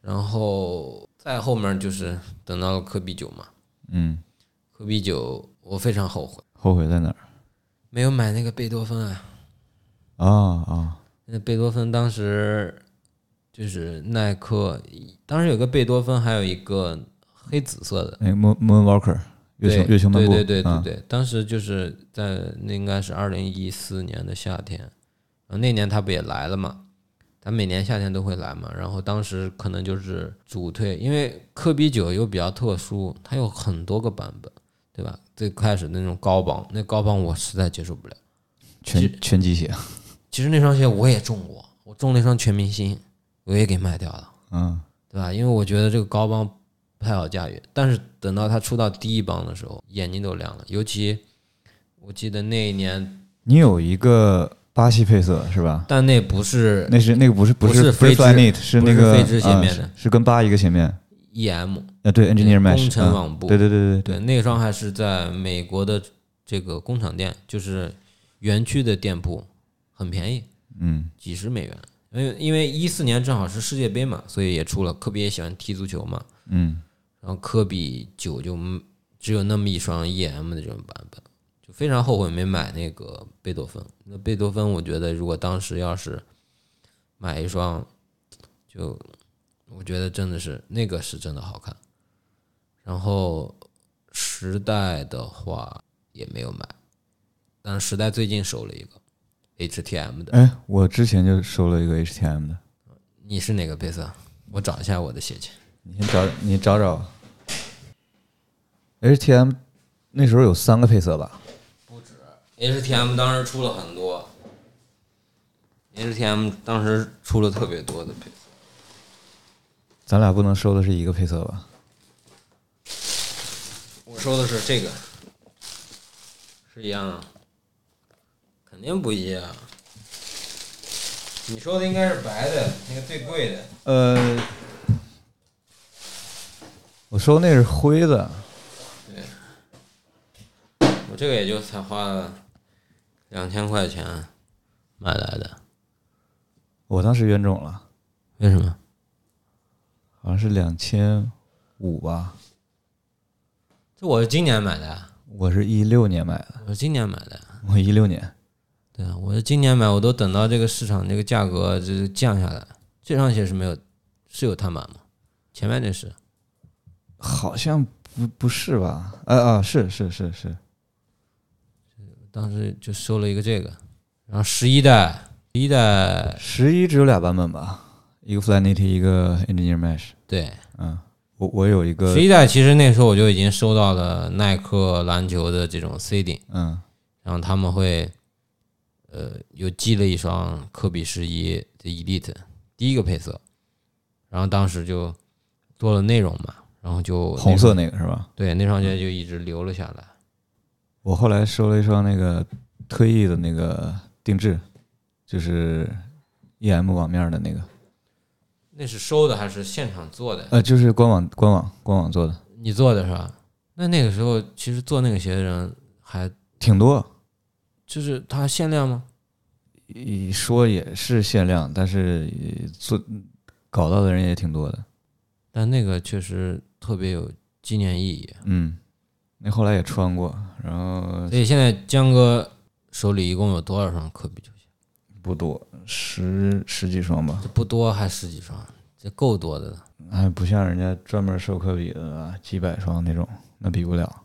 然后再后面就是等到了科比九嘛，嗯，科比九我非常后悔后悔在哪儿？没有买那个贝多芬啊，啊啊，那贝多芬当时就是耐克，当时有个贝多芬，还有一个黑紫色的，那个 Moon Moon Walker 哎月球对月球漫步，对对对对啊对，当时就是在那应该是二零一四年的夏天，然后那年他不也来了嘛？他每年夏天都会来嘛。然后当时可能就是主推，因为科比九又比较特殊，它有很多个版本，对吧？最开始的那种高帮，那高帮我实在接受不了。拳拳击鞋，其实那双鞋我也中过，我中了一双全明星，我也给卖掉了。嗯对吧？因为我觉得这个高帮不太好驾驭，但是等到他出到低一帮的时候，眼睛都亮了。尤其我记得那一年，你有一个巴西配色是吧？但那不是那是那个不是不是是飞织 Free Flyknit，是不那是个飞织鞋啊面是的是跟八一个鞋面。 EM 呃，对，Engineer E 工 Mesh，程嗯网布，对对对对对，对那双还是在美国的这个工厂店，就是园区的店铺，很便宜，嗯几十美元。因为因为一四年正好是世界杯嘛，所以也出了。科比也喜欢踢足球嘛，嗯，然后科比九就只有那么一双 EM 的这种版本，就非常后悔没买那个贝多芬。那贝多芬，我觉得如果当时要是买一双，就我觉得真的是那个是真的好看。然后时代的话也没有买，但是时代最近收了一个 HTM 的，哎，我之前就收了一个 HTM 的，你是哪个配色？我找一下我的鞋去。你先找你找找，HTM 那时候有三个配色吧？不止， HTM 当时出了很多，HTM 当时出了特别多的配色，咱俩不能收的是一个配色吧？我说的是这个，是一样啊，肯定不一样。啊你说的应该是白的，那个最贵的。呃，我收那是灰的，我这个也就才花了两千块钱买来的，我当时冤种了，为什么？好像是两千五吧，这我是今年买的啊，我是一六年买的，我是今年买的啊。我一六年，对啊，我是今年买，我都等到这个市场这个价格就是降下来。这双鞋是没有，是有碳板吗？前面这是好像不不是吧？啊啊，是是是是，当时就收了一个这个，然后十一代，十一代十一只有俩版本吧，一个 Flyknit，一个 Engineer Mesh。对，嗯，我我有一个十，一代其实那时候我就已经收到了耐克篮球的这种 C 顶，嗯然后他们会，呃，又寄了一双科比十一的 Elite 第一个配色，然后当时就做了内容嘛，然后就那双红色那个是吧？对那双鞋就一直留了下来。我后来收了一双那个退役的那个定制，就是 EM 网面的那个，那是收的还是现场做的？呃，就是官网官网官网做的，你做的是吧？那那个时候其实做那个鞋的人还挺多。就是他限量吗？一说也是限量，但是呃做搞到的人也挺多的。但那个确实特别有纪念意义。嗯，那后来也穿过，然后所以现在江哥手里一共有多少双科比球鞋？不多，十十几双吧这，不多，还十几双，这够多的了。还哎不像人家专门授课比的啊几百双那种，那比不了。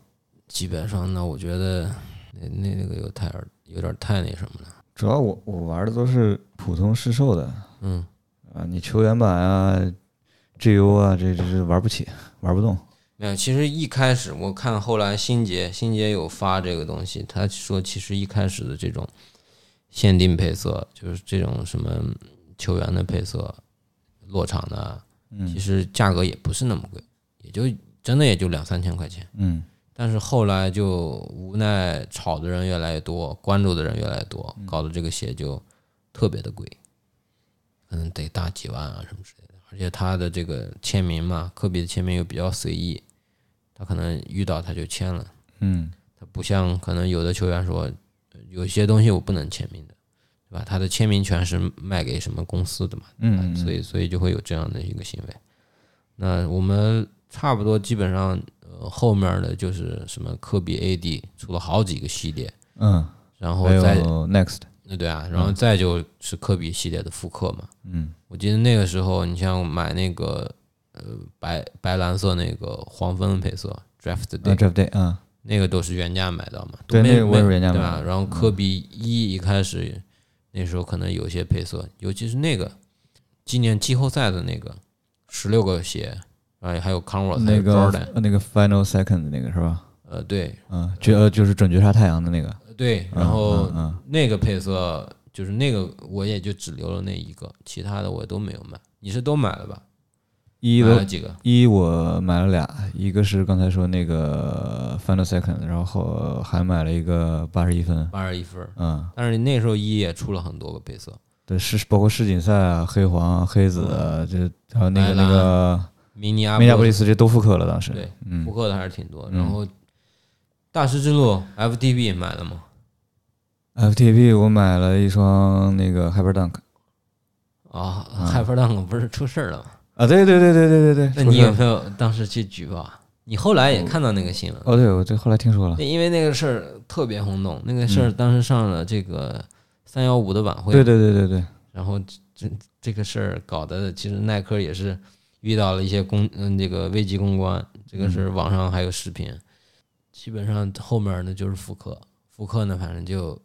几百双呢？我觉得那那那个有太有点太那什么了。主要我我玩的都是普通市售的嗯，啊，你球员版啊、GU 啊，这这这玩不起，玩不动。没有。其实一开始我看后来新杰新杰有发这个东西，他说其实一开始的这种限定配色，就是这种什么球员的配色、落场的，啊其嗯实价格也不是那么贵，也就真的也就两三千块钱。嗯但是后来就无奈炒的人越来越多，关注的人越来越多，搞得这个鞋就特别的贵，可能得大几万啊什么之类的。而且他的这个签名嘛，科比的签名又比较随意，他可能遇到他就签了，嗯，他不像可能有的球员说，呃有些东西我不能签名的，对吧？他的签名权是卖给什么公司的嘛，嗯，所以所以就会有这样的一个行为。那我们差不多基本上，呃，后面的就是什么科比 AD 出了好几个系列，嗯，然后还有再 Next，那对啊，然后再就是科比系列的复刻嘛。嗯我记得那个时候，你像买那个呃白白蓝色那个黄蜂配色 Draft 啊 Day，、 ，Draft Day 啊，那个都是原价买到嘛，对都没那个我也是没原价对买吧？的嗯然后科比一一开始那时候可能有些配色，尤其是那个纪念季后赛的那个十六个鞋，啊，还有 Converse，还那有个 Jordan，呃那个 Final Second 那个是吧？呃，对嗯，绝呃就是准绝杀太阳的那个，对，然后嗯嗯那个配色就是那个我也就只留了那一个，其他的我都没有买。你是都买了吧？一买了的几个？一我买了俩，一个是刚才说那个 Final Second，然后还买了一个八十一分，八十一分儿。嗯，但是那时候一也出了很多个配色，对，是包括世锦赛啊、黑黄啊、黑子啊，这还有那白个狼那个迷你阿梅加布里斯，这都复刻了，当时对，嗯复，刻的还是挺多。嗯然后大师之路 FTB 买了吗？ FTP 我买了一双那个 Hyper Dunk 啊，嗯海弗蛋糕不是出事儿了吗？啊，对对对对对对那对，你出事有儿没有当时去举报？啊你后来也看到那个新闻，哦，对我这后来听说了那，因为那个事儿特别轰动，那个事儿当时上了这个三幺五的晚会，嗯对对对对对，然后这这这个事儿搞得，其实耐克也是遇到了一些公嗯这个危机公关，这个是网上还有视频，基本上后面呢就是复刻，复刻呢反正就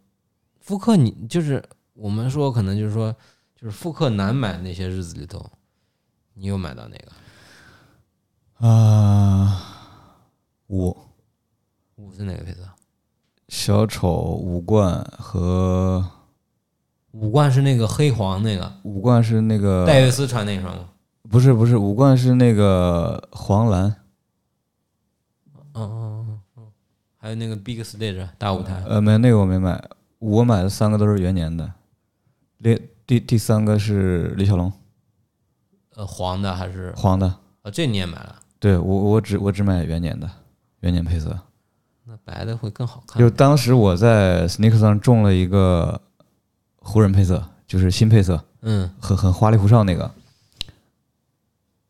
复刻你就是我们说可能就是说就是复刻难买那些日子里头，你有买到哪个？啊，五五是哪个配色？小丑、五冠和五冠是那个黑黄那个，五冠是那戴个维斯穿那双吗？不是不是五冠是那个黄蓝，嗯嗯嗯嗯，还有那个 Big Stage 大舞台，呃，没那个我没买，我买的三个都是元年的，第第第三个是李小龙呃，黄的还是黄的，啊？这你也买了？对我我只我只买元年的元年配色，那白的会更好看就。当时我在 Sneaker 上中了一个湖人配色，就是新配色，嗯很很花里胡哨那个，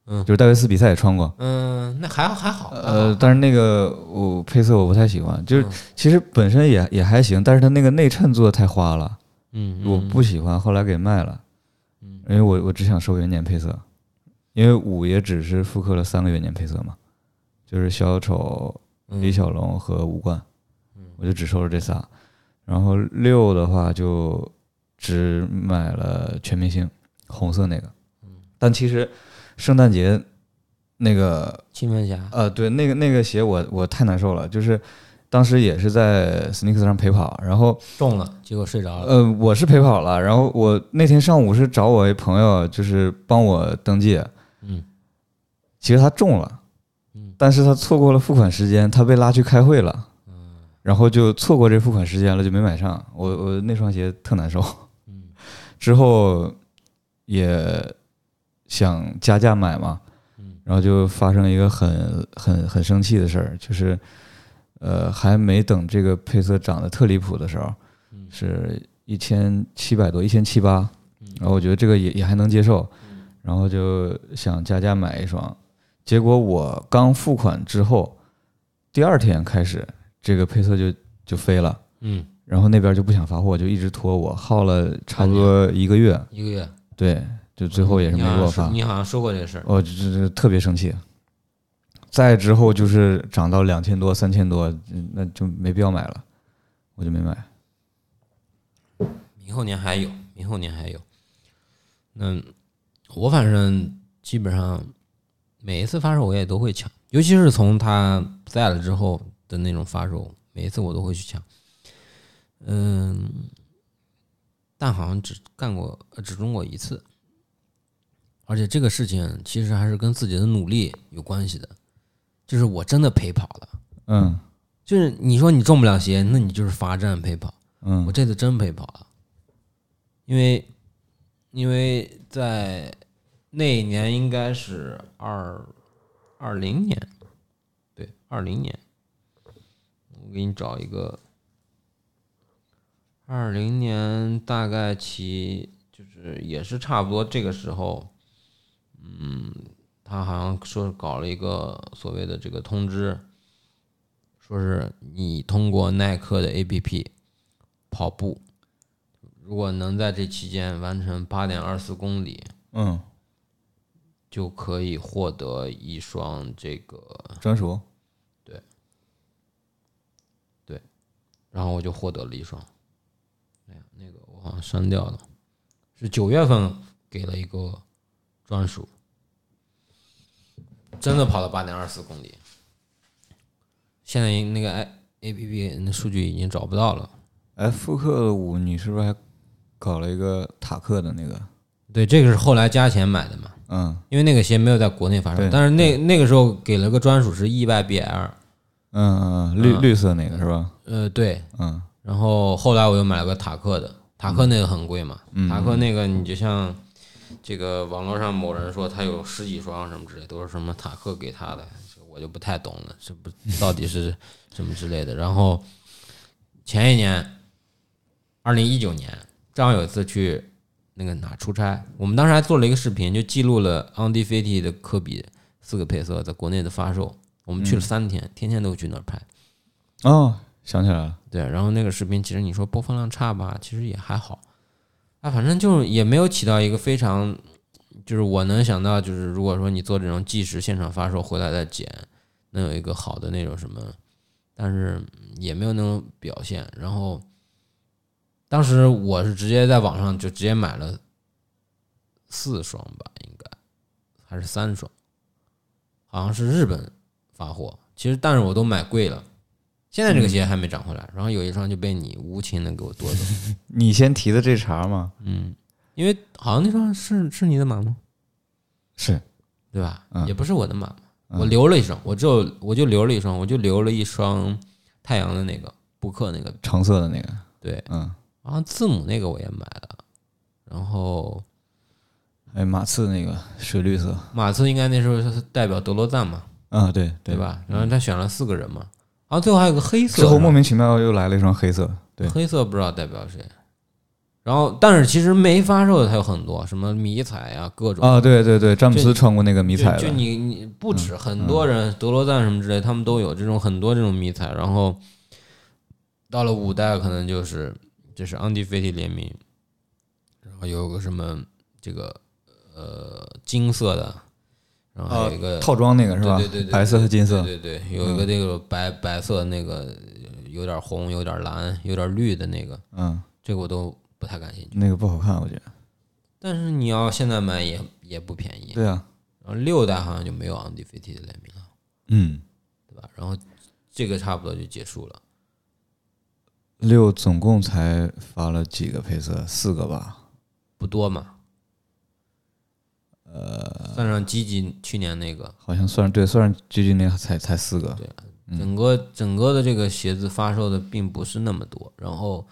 嗯就是戴维斯比赛也穿过，嗯，那还好还好。嗯呃，但是那个我配色我不太喜欢，就是其实本身也也还行，但是它那个内衬做的太花了，嗯，我不喜欢，后来给卖了，因为我我只想收原点配色，因为五也只是复刻了三个原点配色嘛，就是小丑、嗯李小龙和五冠，我就只收了这仨，然后六的话就只买了全明星红色那个，但其实圣诞节那个七门侠，呃，对，那个那个鞋我我太难受了，就是当时也是在 sneakers 上陪跑，然后中了，结果睡着了。呃我是陪跑了，然后我那天上午是找我一朋友，就是帮我登记，嗯，其实他中了，嗯，但是他错过了付款时间，他被拉去开会了，嗯，然后就错过这付款时间了，就没买上，我我那双鞋特难受，嗯，之后也想加价买嘛，嗯然后就发生一个很很很生气的事儿，就是呃，还没等这个配色涨得特离谱的时候，嗯是一千七百多，一千七八，然后我觉得这个也也还能接受，嗯然后就想加价买一双，结果我刚付款之后，第二天开始这个配色就就飞了。嗯，然后那边就不想发货，就一直拖我，耗了差不多一个月，一个月，对，就最后也是没你好给我像发说。你好像说过这个事儿。我这这特别生气。再之后就是涨到两千多、三千多，嗯那就没必要买了，我就没买。明后年还有，明后年还有。那我反正基本上每一次发售我也都会抢，尤其是从他不在了之后的那种发售，每一次我都会去抢。嗯，但好像只干过呃只中过一次，而且这个事情其实还是跟自己的努力有关系的，就是我真的陪跑了。嗯就是你说你中不了鞋，那你就是罚站陪跑。我嗯这次真陪跑了，因为因为在那一年应该是二二零年，对，二零年，我给你找一个二零年大概其就是也是差不多这个时候，嗯，他好像说是搞了一个所谓的这个通知。说是你通过耐克的 APP，跑步，如果能在这期间完成八点二四公里，嗯，就可以获得一双这个。专属。然后我就获得了一双，哎呀，那个我好像删掉了，是九月份给了一个专属，真的跑了八点二四公里。现在那个 A A P P 那数据已经找不到了。哎，复刻五你是不是还搞了一个塔克的那个？对，这个是后来加钱买的嘛，嗯因为那个鞋没有在国内发售对，但是那那个时候给了个专属是 E Y B L，嗯嗯，嗯绿嗯绿色那个是吧？呃，对，嗯然后后来我又买了个塔克的，塔克那个很贵嘛，塔克那个你就像这个网络上某人说他有十几双什么之类，都是什么塔克给他的，这我就不太懂了，这不到底是什么之类的。然后前一年，二零一九年，正好有一次去那个哪出差，我们当时还做了一个视频，就记录了 Undefeated 的科比四个配色在国内的发售，我们去了三天，天天都去那儿拍。哦，想起来了，对，然后那个视频其实你说播放量差吧，其实也还好，啊，反正就是也没有起到一个非常，就是我能想到就是如果说你做这种即时现场发售回来再剪，能有一个好的那种什么，但是也没有那种表现。然后当时我是直接在网上就直接买了四双吧，应该还是三双，好像是日本发货，其实但是我都买贵了。现在这个鞋还没涨回来，然后有一双就被你无情的给我夺走， 你先提的这茬嘛，嗯，因为好像那双是是你的码吗？是对吧？嗯也不是我的码，嗯我留了一双，我只有我就留了一双，我就留了一双太阳的那个布克那个，橙色的那个，对，嗯，然后字母那个我也买了，然后还有哎马刺那个水绿色，马刺应该那时候是代表德罗赞嘛，啊，对对？吧？然后他选了四个人嘛，然后最后还有个黑色，之后是吧莫名其妙又来了一双黑色，对，黑色不知道代表谁。然后，但是其实没发售的它有很多，什么迷彩啊，各种啊，对对对，詹姆就斯穿过那个迷彩就就的，嗯你你不止很多人，德罗赞什么之类，他们都有这种很多这种迷彩。然后到了五代，可能就是这是安迪菲蒂联名，然后有个什么这个呃金色的，然后还有一个、套装那哦个是吧？对对对对白色和金色，嗯对对对，有一个这个白白色那个有点红、有点蓝、有点绿的那个，嗯，这个我都不太感兴趣。那个不好看，我觉得。但是你要现在买也也不便宜。对啊，然后六代好像就没有安迪菲蒂的联名了。嗯，对吧？然后这个差不多就结束了。六总共才发了几个配色？四个吧？不多嘛。呃，算上积极去年那个，好像算对，算上 GG 那个才才四个。整个整个的这个鞋子发售的并不是那么多。然后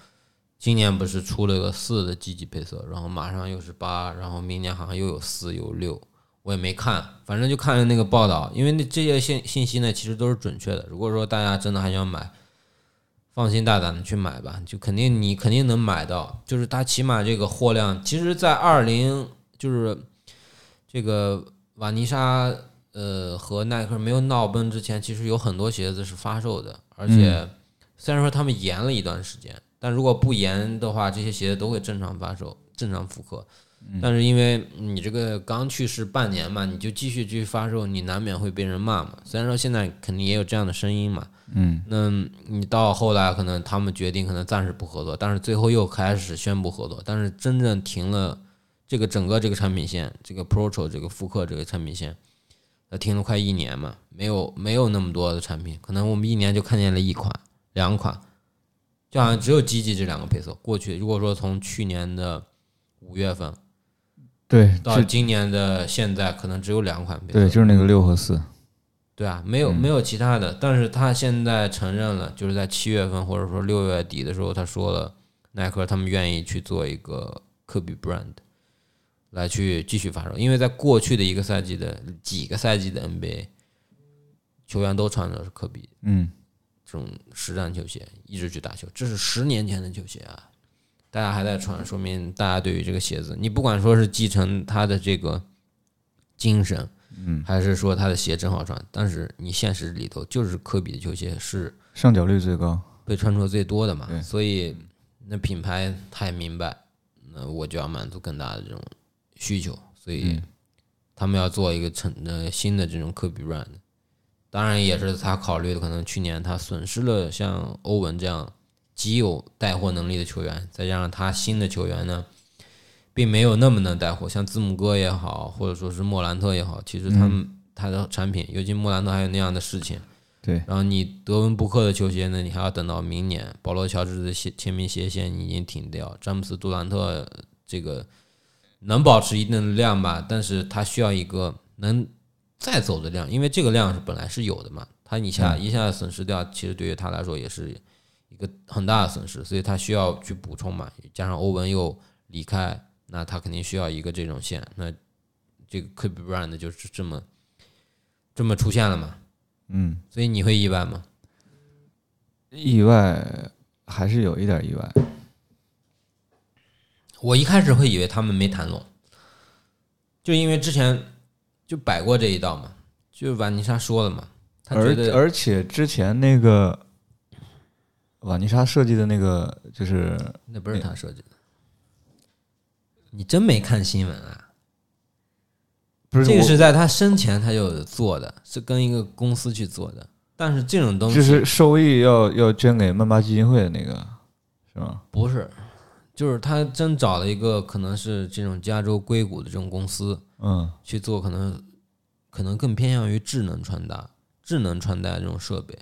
今年不是出了个四的积极配色，然后马上又是八，然后明年好像又有四有六，我也没看，反正就看了那个报道，因为那这些信信息呢其实都是准确的。如果说大家真的还想买，放心大胆的去买吧，就肯定你肯定能买到，就是它起码这个货量，其实，在二零就是这个瓦妮莎呃和耐克没有闹崩之前，其实有很多鞋子是发售的，而且虽然说他们延了一段时间，但如果不延的话，这些鞋子都会正常发售、正常复刻。但是因为你这个刚去世半年嘛，你就继续继续发售，你难免会被人骂嘛。虽然说现在肯定也有这样的声音嘛，嗯，那你到后来可能他们决定可能暂时不合作，但是最后又开始宣布合作，但是真正停了这个整个这个产品线，这个 Protro 这个复刻这个产品线，呃，停了快一年嘛，没有没有那么多的产品，可能我们一年就看见了一款两款，就好像只有 GG 这两个配色。过去如果说从去年的五月份对，到这今年的现在，可能只有两款配色嗯对，。就是那个六和四。对啊，没有没有其他的，但是他现在承认了，就是在七月份或者说六月底的时候，他说了，耐克他们愿意去做一个科比 brand 来去继续发售，因为在过去的一个赛季的几个赛季的 NBA 球员都穿的是科比嗯，这种实战球鞋一直去打球，这是十年前的球鞋啊，大家还在穿，说明大家对于这个鞋子，你不管说是继承他的这个精神，嗯，还是说他的鞋真好穿，但是你现实里头就是科比的球鞋是上脚率最高。被穿着最多的嘛，对所以那品牌他也明白，那我就要满足更大的这种需求，所以他们要做一个成呃新的这种科比 brand，当然也是他考虑的，可能去年他损失了像欧文这样极有带货能力的球员，再加上他新的球员呢。并没有那么能带货，像字母哥也好，或者说是莫兰特也好，其实他们、他的产品，尤其莫兰特还有那样的事情，对，然后你德文布克的球鞋呢，你还要等到明年。保罗乔治的鞋签名鞋线已经停掉，詹姆斯杜兰特这个能保持一定的量吧，但是他需要一个能再走的量，因为这个量是本来是有的嘛，他一下一下损失掉，其实对于他来说也是一个很大的损失，所以他需要去补充嘛。加上欧文又离开，那他肯定需要一个这种线，那这个 Kobe Bryant 就是这么这么出现了嘛。嗯，所以你会意外吗？意外还是有一点意外。我一开始会以为他们没谈拢，就因为之前就摆过这一道嘛，就瓦妮莎说了嘛，她而觉得而且之前那个瓦妮莎设计的那个，就是那不是她设计的。你真没看新闻啊？不是这个我是在她生前她就有做的，是跟一个公司去做的。但是这种东西就是受益要要捐给曼巴基金会的那个，是吗？不是，就是她真找了一个可能是这种加州硅谷的这种公司，嗯去做，可能可能更偏向于智能穿搭、智能穿戴这种设备。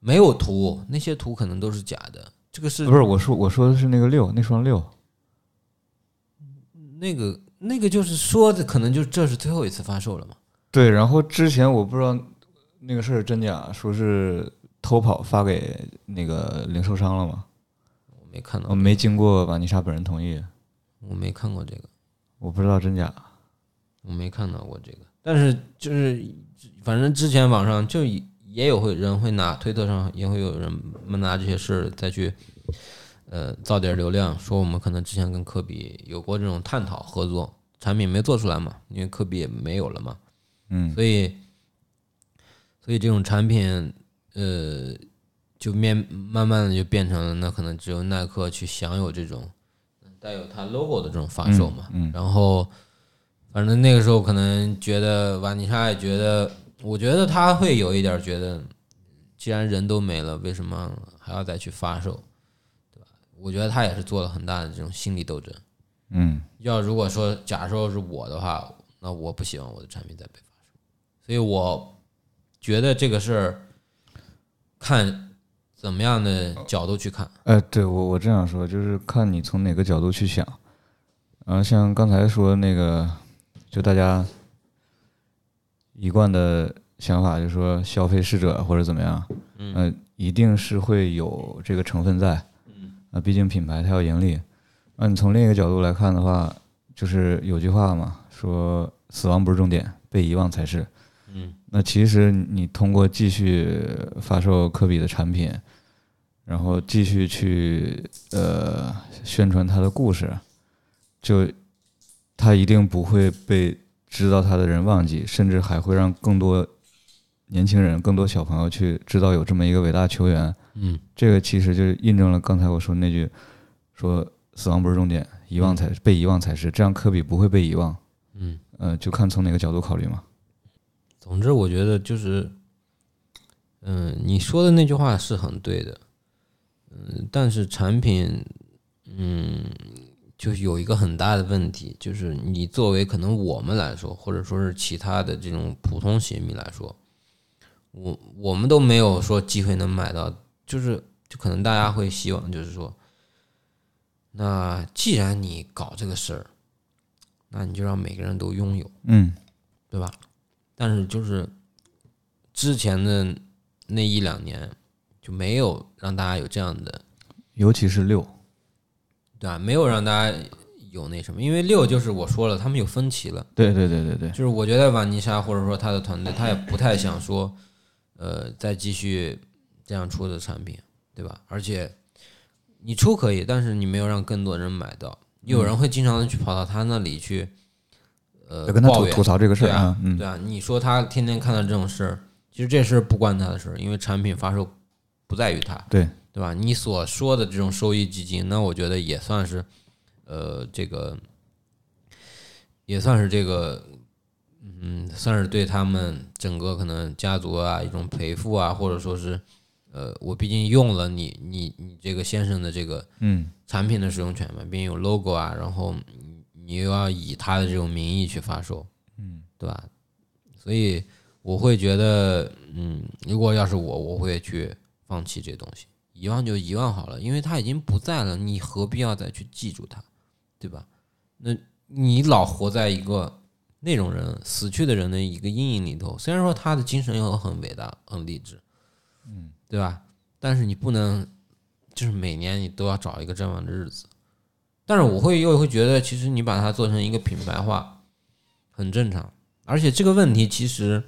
没有图，那些图可能都是假的。这个是呃不是我说我说的是那个六那双六，那个那个就是说的，可能就这是最后一次发售了嘛？对，然后之前我不知道那个事儿真假，说是偷跑发给那个零售商了嘛，我没看到我，没经过瓦妮莎本人同意，我没看过这个，我不知道真假。我没看到过这个。但是就是反正之前网上就也有会人会拿推特上也会有人拿这些事儿再去。呃，造点流量，说我们可能之前跟科比有过这种探讨合作，产品没做出来嘛，因为科比也没有了嘛，嗯，所以，所以这种产品，呃，就面慢慢的就变成了，那可能只有耐克去享有这种带有它 logo 的这种发售嘛。嗯嗯然后，反正那个时候可能觉得瓦妮莎也觉得，我觉得他会有一点觉得，既然人都没了，为什么还要再去发售，对吧？我觉得他也是做了很大的这种心理斗争。嗯，要如果说假说是我的话，那我不希望我的产品再被发售，所以我觉得这个事儿看怎么样的角度去看，呃，对我我这样说，就是看你从哪个角度去想。然后像刚才说那个，就大家一贯的想法，就是说消费逝者或者怎么样，嗯、一定是会有这个成分在。嗯，啊，毕竟品牌它要盈利。那你从另一个角度来看的话，就是有句话嘛，说死亡不是终点，被遗忘才是。嗯，那其实你通过继续发售科比的产品，然后继续去呃宣传他的故事，就他一定不会被知道他的人忘记，甚至还会让更多年轻人、更多小朋友去知道有这么一个伟大球员。嗯，这个其实就是印证了刚才我说那句，说死亡不是终点，遗忘才被遗忘才是。这样科比不会被遗忘。嗯，呃，就看从哪个角度考虑嘛。总之我觉得就是，嗯，你说的那句话是很对的，嗯，但是产品，嗯，就是有一个很大的问题，就是你作为可能我们来说，或者说是其他的这种普通鞋迷来说，我我们都没有说机会能买到，就是就可能大家会希望就是说，那既然你搞这个事儿，那你就让每个人都拥有。嗯对吧？但是就是之前的那一两年就没有让大家有这样的，尤其是六，对吧？没有让大家有那什么，因为六就是我说了，他们有分歧了，对对对对对，就是我觉得瓦妮莎或者说他的团队，他也不太想说，呃，再继续这样出的产品，对吧？而且你出可以，但是你没有让更多人买到，有嗯人会经常的去跑到他那里去，呃，要跟他抱吐怨吐槽这个事儿对啊啊，嗯对啊，你说他天天看到这种事儿，其实这事儿不关他的事儿，因为产品发售不在于他，对对吧？你所说的这种收益基金，那我觉得也算是，呃，这个也算是这个，嗯，算是对他们整个可能家族啊一种赔付啊，或者说是，呃，我毕竟用了你你你这个先生的这个嗯产品的使用权嘛，毕竟有 logo 啊，然后你你又要以他的这种名义去发售，嗯，对吧？所以我会觉得，嗯，如果要是我，我会去放弃这东西，遗忘就遗忘好了，因为它已经不在了，你何必要再去记住它，对吧？那你老活在一个那种人死去的人的一个阴影里头，虽然说他的精神又很伟大、很励志，嗯，对吧？但是你不能就是每年你都要找一个这样的日子。但是我会又会觉得，其实你把它做成一个品牌化，很正常。而且这个问题其实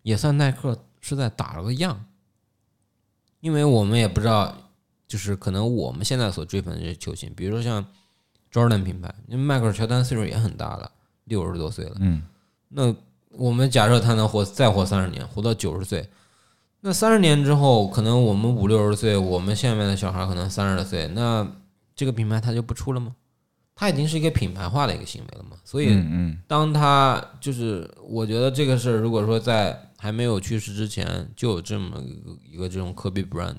也算耐克是在打了个样，因为我们也不知道，就是可能我们现在所追捧的这些球星，比如说像 Jordan 品牌，因为迈克尔乔丹岁数也很大了，六十多岁了。嗯，那我们假设他能活再活三十年，活到九十岁，那三十年之后，可能我们五六十岁，我们下面的小孩可能三十岁，那这个品牌它就不出了吗？它已经是一个品牌化的一个行为了嘛，所以嗯嗯当他就是，我觉得这个事儿，如果说在还没有去世之前就有这么一个一个这种科比 brand，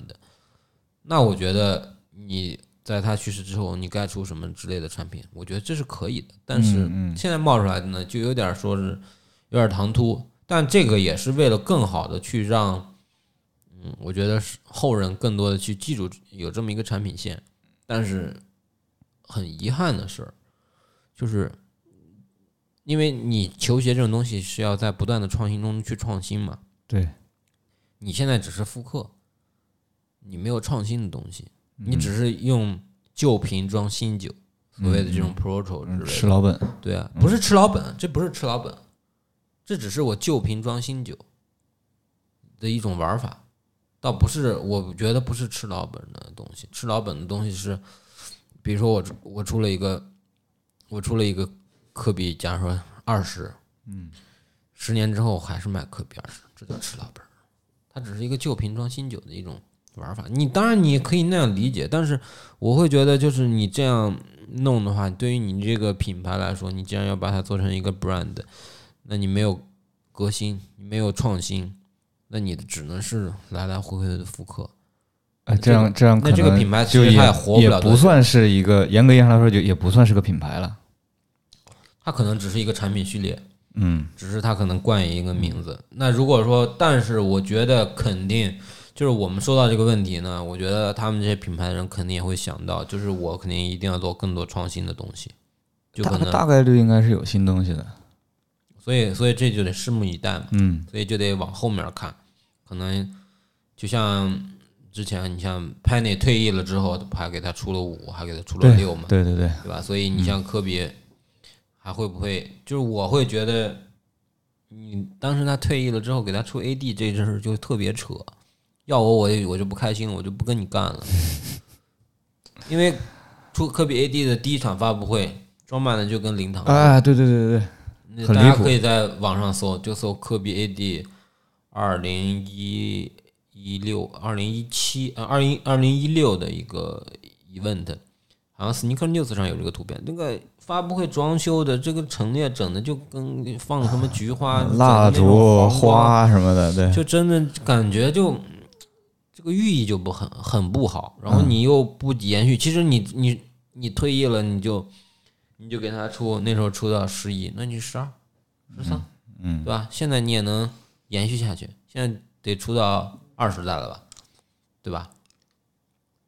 那我觉得你在他去世之后，你该出什么之类的产品，我觉得这是可以的。但是嗯嗯现在冒出来的呢，就有点说是有点唐突，但这个也是为了更好的去让，嗯，我觉得是后人更多的去记住有这么一个产品线，但是很遗憾的是，就是因为你球鞋这种东西是要在不断的创新中去创新嘛，对，你现在只是复刻，你没有创新的东西，你嗯只是用旧瓶装新酒，所谓的这种 protocol 之嗯类的，吃老本，对啊，不是吃老本，这不是吃老本，这只是我旧瓶装新酒的一种玩法，倒不是我觉得不是吃老本的东西，吃老本的东西是，比如说我出我出了一个，我出了一个科比，假如说二十，嗯，十年之后还是卖科比二十，这叫吃老本儿，它只是一个旧瓶装新酒的一种。玩法，你当然你可以那样理解，但是我会觉得就是你这样弄的话，对于你这个品牌来说，你既然要把它做成一个 brand，那你没有革新，你没有创新，那你只能是来来回回的复刻。哎，这这个样这样可那能这个品牌其就实也它也活不了也多久不算是一个严格意义上来说就也不算是个品牌了。它可能只是一个产品序列，嗯，只是它可能冠以一个名字。那如果说，但是我觉得肯定就是我们说到这个问题呢，我觉得他们这些品牌的人肯定也会想到，就是我肯定一定要做更多创新的东西，就大可能，大概率应该是有新东西的。所以所以这就得拭目以待嘛。嗯所以就得往后面看。可能就像之前，你像 Penny 退役了之后，还给他出了五，还给他出了六嘛，对对嗯对，对吧？所以你像科比，还会不会？就是我会觉得，你当时他退役了之后，给他出 AD 这事儿就特别扯。要我，我也我就不开心，我就不跟你干了，因为出科比 AD 的第一场发布会，装扮的就跟灵堂一样啊，对对对对对，那很大离家谱可以在网上搜，就搜科比 AD 二零一一六、二零一七、呃二零二零一六的一个 event，好像 Sneaker News 上有这个图片。那个发布会装修的这个陈列整的就跟放什么菊花、蜡整的那种烛、黄光，花什么的，对，就真的感觉就这个寓意就不很很不好。然后你又不延嗯续，其实你你你退役了，你就你就给他出那时候出到十一，那你十二、十三，嗯对吧？现在你也能延续下去，现在得出到二十代了吧，对吧？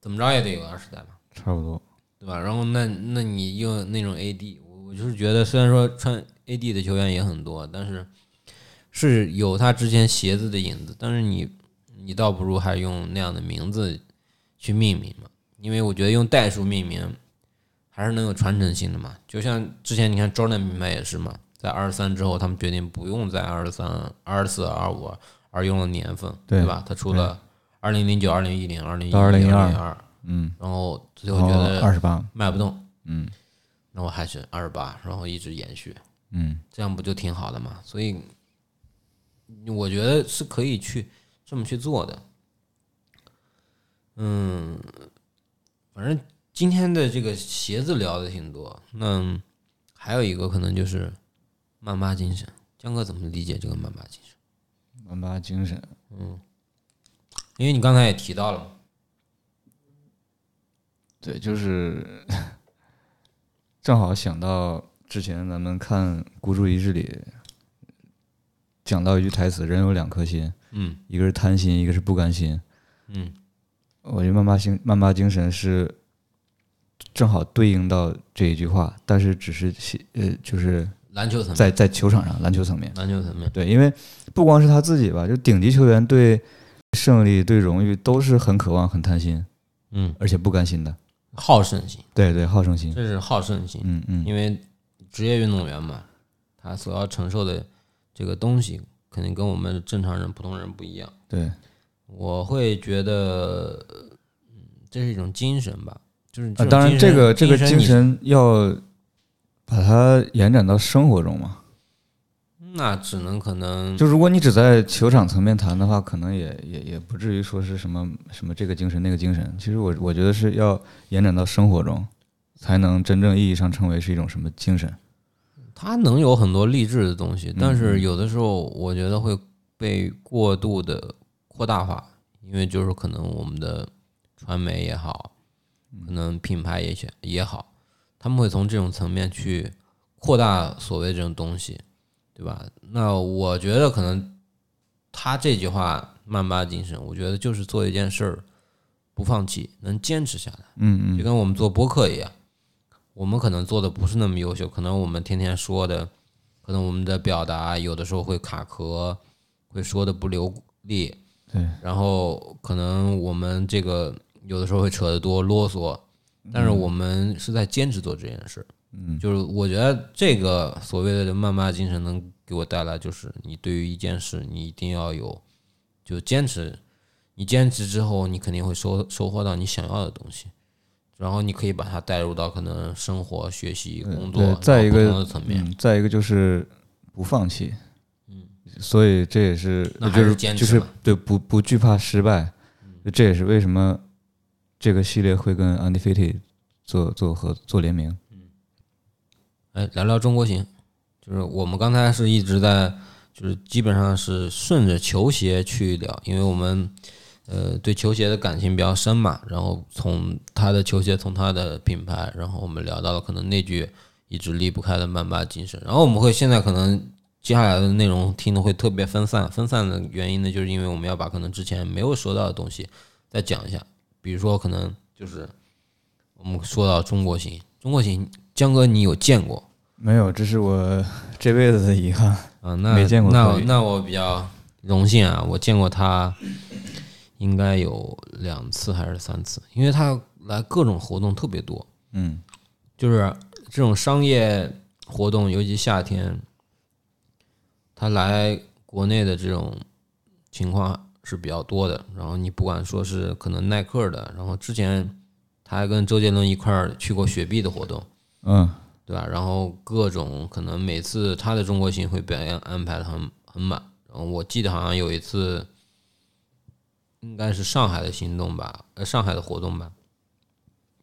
怎么着也得有二十代吧。差不多。对吧？然后那那你用那种 AD，我我就是觉得，虽然说穿 AD 的球员也很多，但是是有他之前鞋子的影子，但是你你倒不如还用那样的名字去命名嘛，因为我觉得用代数命名还是能有传承性的嘛。就像之前你看 Jordan 品牌也是嘛，在二十三之后，他们决定不用在二十三、二十四、二五，而用了年份，对吧？他出了二零零九、二零一零、二零一到零2012二，哦嗯，然后最然后觉后得二十八，卖不动，嗯那我还是二十八，然后一直延续，嗯，这样不就挺好的嘛？所以我觉得是可以去这么去做的。嗯，反正今天的这个鞋子聊的挺多，那还有一个可能就是曼巴精神。江哥怎么理解这个曼巴精神？嗯曼巴精神，因为你刚才也提到了嘛，对，就是正好想到之前咱们看《孤注一掷》里讲到一句台词：“人有两颗心，嗯一个是贪心，一个是不甘心。嗯，”我觉得曼巴精曼巴精神是正好对应到这一句话，但是只是写呃，就是篮球层面，在在球场上篮球层面。篮球层面，对，因为不光是他自己吧，就顶级球员对胜利、对荣誉都是很渴望、很贪心，嗯，而且不甘心的。好胜心，对对，好胜心。这是好胜心，嗯嗯，因为职业运动员嘛，他所要承受的这个东西，肯定跟我们正常人、普通人不一样。对，我会觉得，嗯，这是一种精神吧，就是啊，种当然精这神个这个精你神要把它延展到生活中嘛。那只能可能就如果你只在球场层面谈的话，可能也也也不至于说是什么什么这个精神那个精神。其实我我觉得是要延展到生活中，才能真正意义上称为是一种什么精神。他能有很多励志的东嗯西，但是有的时候我觉得会被过度的扩大化，因为就是可能我们的传媒也好，可能品牌也选也好，他们会从这种层面去扩大所谓这种东西，对吧？那我觉得可能他这句话曼巴精神，我觉得就是做一件事儿不放弃，能坚持下来。嗯就嗯跟我们做播客一样，我们可能做的不是那么优秀，可能我们天天说的，可能我们的表达有的时候会卡壳，会说的不流利，对，然后可能我们这个有的时候会扯得多啰嗦，但是我们是在坚持做这件事。嗯，就是我觉得这个所谓的慢慢精神能给我带来，就是你对于一件事，你一定要有就坚持，你坚持之后，你肯定会收收获到你想要的东西，然后你可以把它带入到可能生活、学习、工作嗯对，再一然后不个同的层面，嗯，再一个就是不放弃，嗯，所以这也是那还就是是坚就持嗯是嘛对不不惧怕失败，这也是为什么这个系列会跟 Andy f i t t 做做合做联名，哎，聊聊中国行，就是我们刚才是一直在，就是基本上是顺着球鞋去聊，因为我们呃对球鞋的感情比较深嘛，然后从他的球鞋，从他的品牌，然后我们聊到了可能那句一直离不开的曼巴精神，然后我们会现在可能接下来的内容听的会特别分散，分散的原因呢，就是因为我们要把可能之前没有说到的东西再讲一下，比如说可能就是我们说到中国行，中国行。江哥，你有见过？没有，这是我这辈子的遗憾，啊，那没见过那何我宇那我比较荣幸啊，我见过他应该有两次还是三次，因为他来各种活动特别多，嗯就是这种商业活动，尤其夏天，他来国内的这种情况是比较多的。然后你不管说是可能耐克的，然后之前他还跟周杰伦一块儿去过雪碧的活动。嗯对吧？然后各种可能每次他的中国行会表演安排的很很满。然后我记得好像有一次，应该是上海的行动吧，呃，上海的活动吧，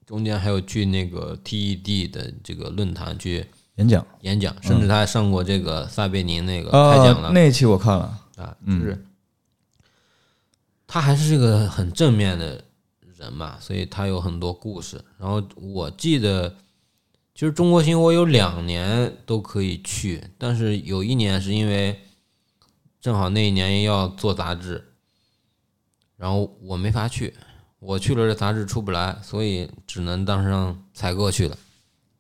中间还有去那个 TED 的这个论坛去演讲演讲，甚至他还上过这个撒贝宁那个开讲啊了那一期我看了，啊，就是他还是个很正面的人嘛，所以他有很多故事。然后我记得，其实中国行我有两年都可以去，但是有一年是因为正好那一年要做杂志，然后我没法去，我去了这杂志出不来，所以只能当上才哥去了。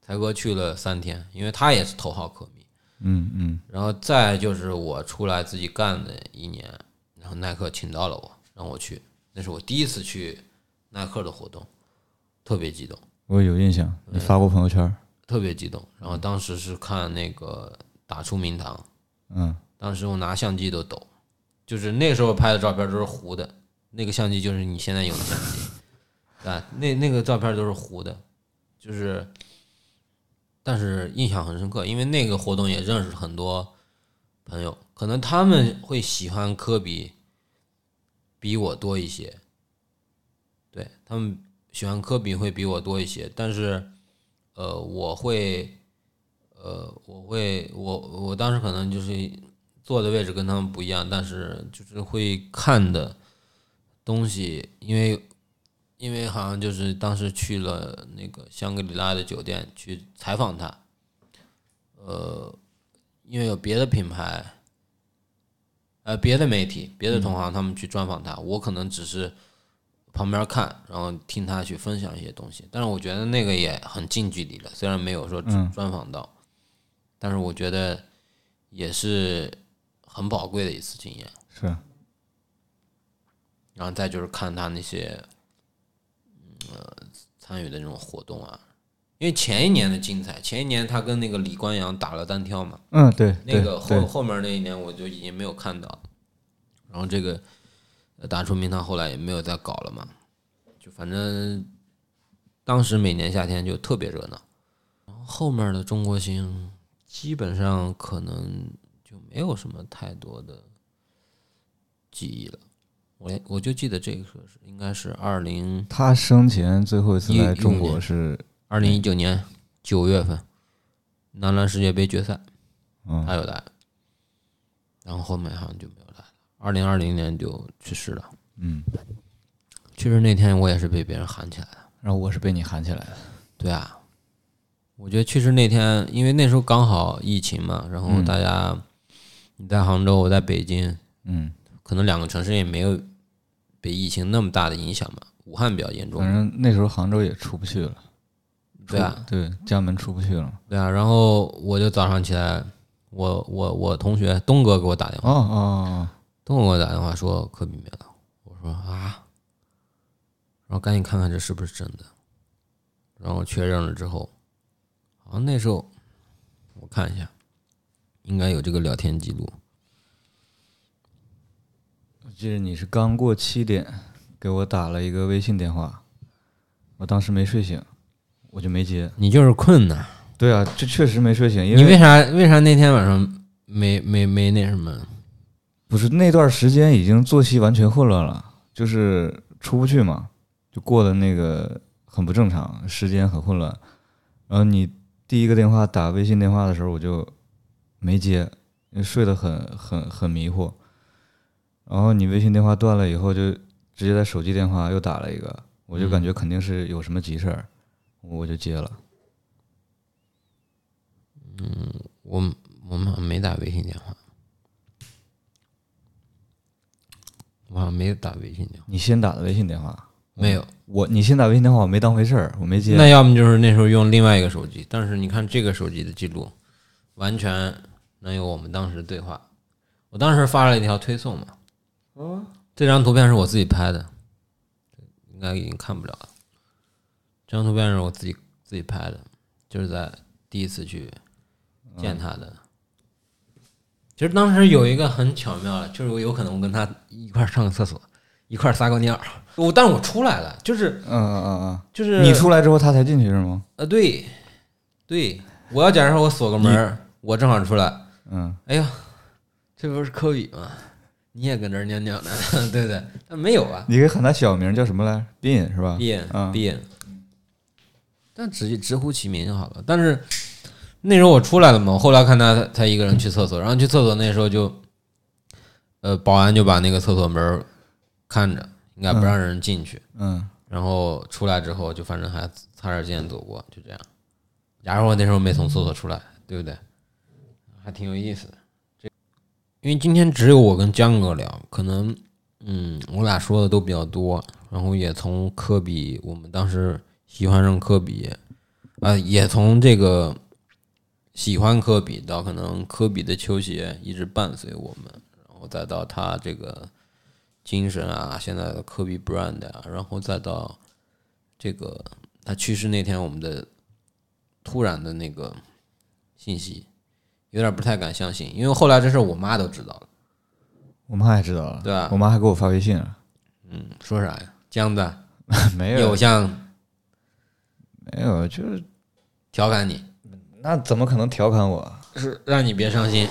才哥去了三天，因为他也是头号球迷。嗯嗯然后再就是我出来自己干的一年，然后耐克请到了我，让我去，那是我第一次去耐克的活动，特别激动，我有印象，你发过朋友圈，特别激动。然后当时是看那个打出名堂，嗯当时我拿相机都抖，就是那时候拍的照片都是糊的，那个相机就是你现在用的相机， 啊，那那个照片都是糊的，就是，但是印象很深刻，因为那个活动也认识很多朋友，可能他们会喜欢科比比我多一些，对他们喜欢科比会比我多一些，但是，呃，我会。呃，我会，我我当时可能就是坐的位置跟他们不一样，但是就是会看的东西，因为因为好像就是当时去了那个香格里拉的酒店去采访他，呃，因为有别的品牌，呃，别的媒体、别的同行他们去专访他，我可能只是旁边看，然后听他去分享一些东西，但是我觉得那个也很近距离的，虽然没有说嗯专访到，但是我觉得也是很宝贵的一次经验。是，啊然后再就是看他那些，嗯、呃，参与的那种活动啊，因为前一年的精彩，前一年他跟那个李光阳打了单挑嘛，嗯对那对个后对，后面那一年我就已经没有看到，然后这个呃打出名堂后来也没有再搞了嘛，就反正当时每年夏天就特别热闹，然后后面的中国行基本上可能就没有什么太多的记忆了，我也我就记得这个是应该是二零他生前最后一次一来一五中国年是二零一九年九月份男篮世界杯决赛。嗯他有来，然后后面好像就没有来了。二零二零年就去世了。嗯，去世那天我也是被别人喊起来的。然后我是被你喊起来的，对啊，我觉得去世那天，因为那时候嗯刚好疫情嘛，然后大家、你在杭州，我在北京，嗯可能两个城市也没有被疫情那么大的影响嘛。武汉比较严重反，正那时候杭州也出不去了，出对啊，对，家门出不去了。对啊。然后我就早上起来，我我我同学东哥给我打电话，哦哦哦，东哥给我打电话说科比没了，我说啊，然后赶紧看看这是不是真的，然后确认了之后，好像那时候我看一下，应该有这个聊天记录，我哦记得你是刚过七点给我打了一个微信电话，我当时没睡醒，我就没接。你就是困呐，对啊，这确实没睡醒，因你为啥为啥那天晚上没没没那什么？不是那段时间已经作息完全混乱了，就是出不去嘛，就过得那个很不正常，时间很混乱。然后你第一个电话打微信电话的时候，我就没接，因为睡得很很很迷糊。然后你微信电话断了以后，就直接在手机电话又打了一个，我就感觉肯定是有什么急事儿，我就接了。我们我们好像没打微信电话，我好像没打微信电话，你先打的微信电话，没有。我你先打微信电话，我没当回事儿，我没接。那要么就是那时候用另外一个手机，但是你看这个手机的记录，完全能有我们当时的对话。我当时发了一条推送嘛，这张图片是我自己拍的，应该已经看不了了。这张图片是我自己自己拍的，就是在第一次去见他的。其实当时有一个很巧妙的，就是我有可能我跟他一块儿上个厕所，一块儿撒过尿，我但是我出来了，就是嗯嗯嗯嗯。就是你出来之后他才进去是吗？啊，对，对，我要假如说我锁个门儿，我正好出来，嗯，哎呀，这不是科比吗？你也跟这儿尿尿呢， 对不对？但没有啊，你可以喊他小名叫什么来？斌是吧？闭眼嗯闭眼，但直接直呼其名就好了。但是那时候我出来了嘛，我后来看他他他一个人去厕所，然后去厕所那时候就，呃，保安就把那个厕所门儿看着，应该不让人进去。嗯，然后出来之后就反正还擦着肩走过，就这样。假如我那时候没从厕所出来，对不对？还挺有意思的。这因为今天只有我跟江哥聊，可能嗯，我俩说的都比较多，然后也从科比，我们当时喜欢上科比，啊、也从这个喜欢科比到可能科比的球鞋一直伴随我们，然后再到他这个精神啊，现在的科比 brand 啊，然后再到这个他去世那天我们的突然的那个信息，有点不太敢相信，因为后来这事儿我妈都知道了，我妈也知道了，对啊吧我妈还给我发微信了， 嗯，说啥呀？江子没有有像没有，就是调侃你，那怎么可能调侃我？是让你别伤心，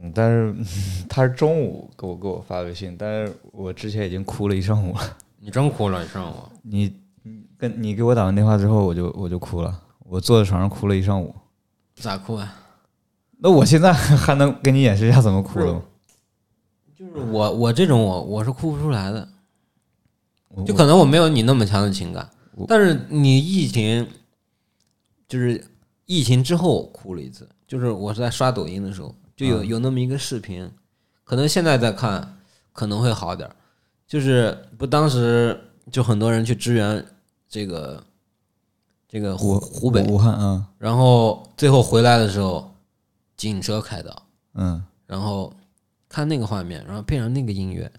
嗯但是 她是中午给我给我发微信，但是我之前已经哭了一上午了。 你真哭了，你上我，你你跟你给我打完电话之后，我就我就哭了，我坐在床上哭了一上午。咋哭啊？那我现在还能给你演示一下怎么哭的吗？就是我我这种我我是哭不出来的，我就可能我没有你那么强的情感我，但是你疫情，就是疫情之后哭了一次，就是我是在刷抖音的时候，就有有那么一个视频，可能现在再看可能会好点儿，就是不当时就很多人去支援这个这个湖我湖北，武汉啊，然后最后回来的时候，警车开道，嗯然后看那个画面，然后配上那个音乐，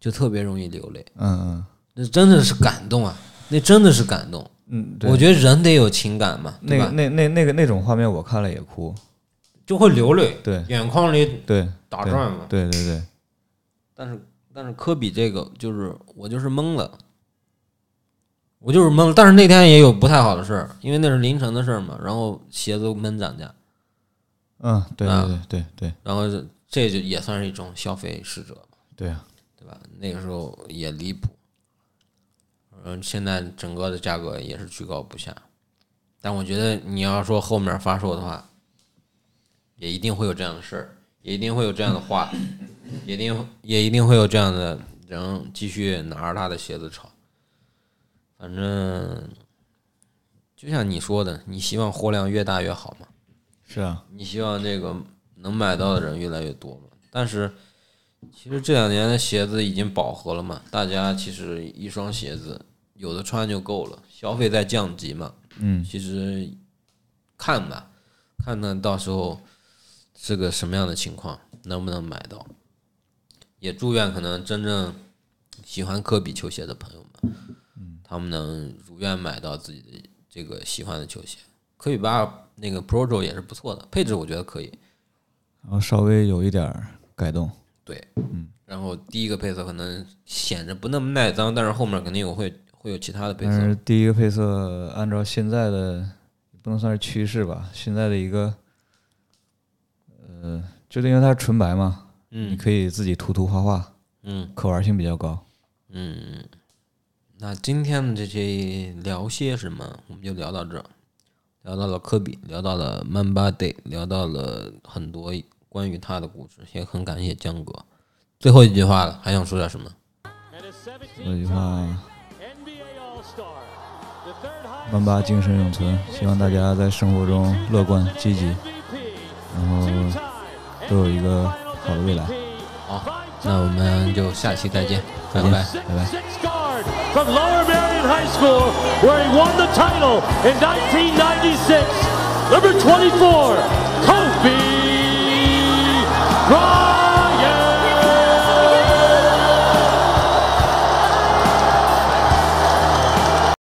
就特别容易流泪。嗯那真的是感动啊！那真的是感动。嗯嗯，对我觉得人得有情感嘛，那对个吧？那那那个那种画面我看了也哭，就会流泪，对眼眶里对打转嘛。对对对。但是但是科比这个就是我就是懵了，我就是懵了。但是那天也有不太好的事儿，因为那是凌晨的事儿嘛，然后鞋子闷涨价，嗯，对啊对对对然后这这就也算是一种消费逝者。对啊，对吧？那个时候也离谱，嗯，现在整个的价格也是居高不下。但我觉得你要说后面发售的话，也一定会有这样的事儿，也一定会有这样的话，也一定也一定会有这样的人继续拿着他的鞋子炒。反正就像你说的，你希望货量越大越好嘛。是啊，你希望这个能买到的人越来越多嘛？但是其实这两年的鞋子已经饱和了嘛，大家其实一双鞋子有的穿就够了，消费在降级嘛。嗯，其实看吧，看看到时候是个什么样的情况，能不能买到。也祝愿可能真正喜欢科比球鞋的朋友们，他们能如愿买到自己的这个喜欢的球鞋。科比八那个 Projo 也是不错的，配置我觉得可以。然后稍微有一点儿改动，对，嗯。然后第一个配色可能显着不那么耐脏，但是后面肯定有会会有其他的配但色。是第一个配色按照现在的不能算是趋势吧，现在的一个呃，就是因为它是纯白嘛，你嗯可以自己涂涂画画，嗯。可玩性比较高。嗯，那今天的这期聊些什么，我们就聊到这儿，聊到了科比，聊到了曼巴 day，聊到了很多关于他的故事，也很感谢江哥。最后一句话了，还想说点什么？ And his 说句 17th 话， NBA All-Star, the third 曼 highest 巴精神永存，希望大家在生活中乐观积极， MVP, 然后 two-time 都有一个好的未来。 MVP, 好，那我们就下期再见，拜拜。 six guard from Lower Merion High School, where he won the title in 1996. Number 24, Kobe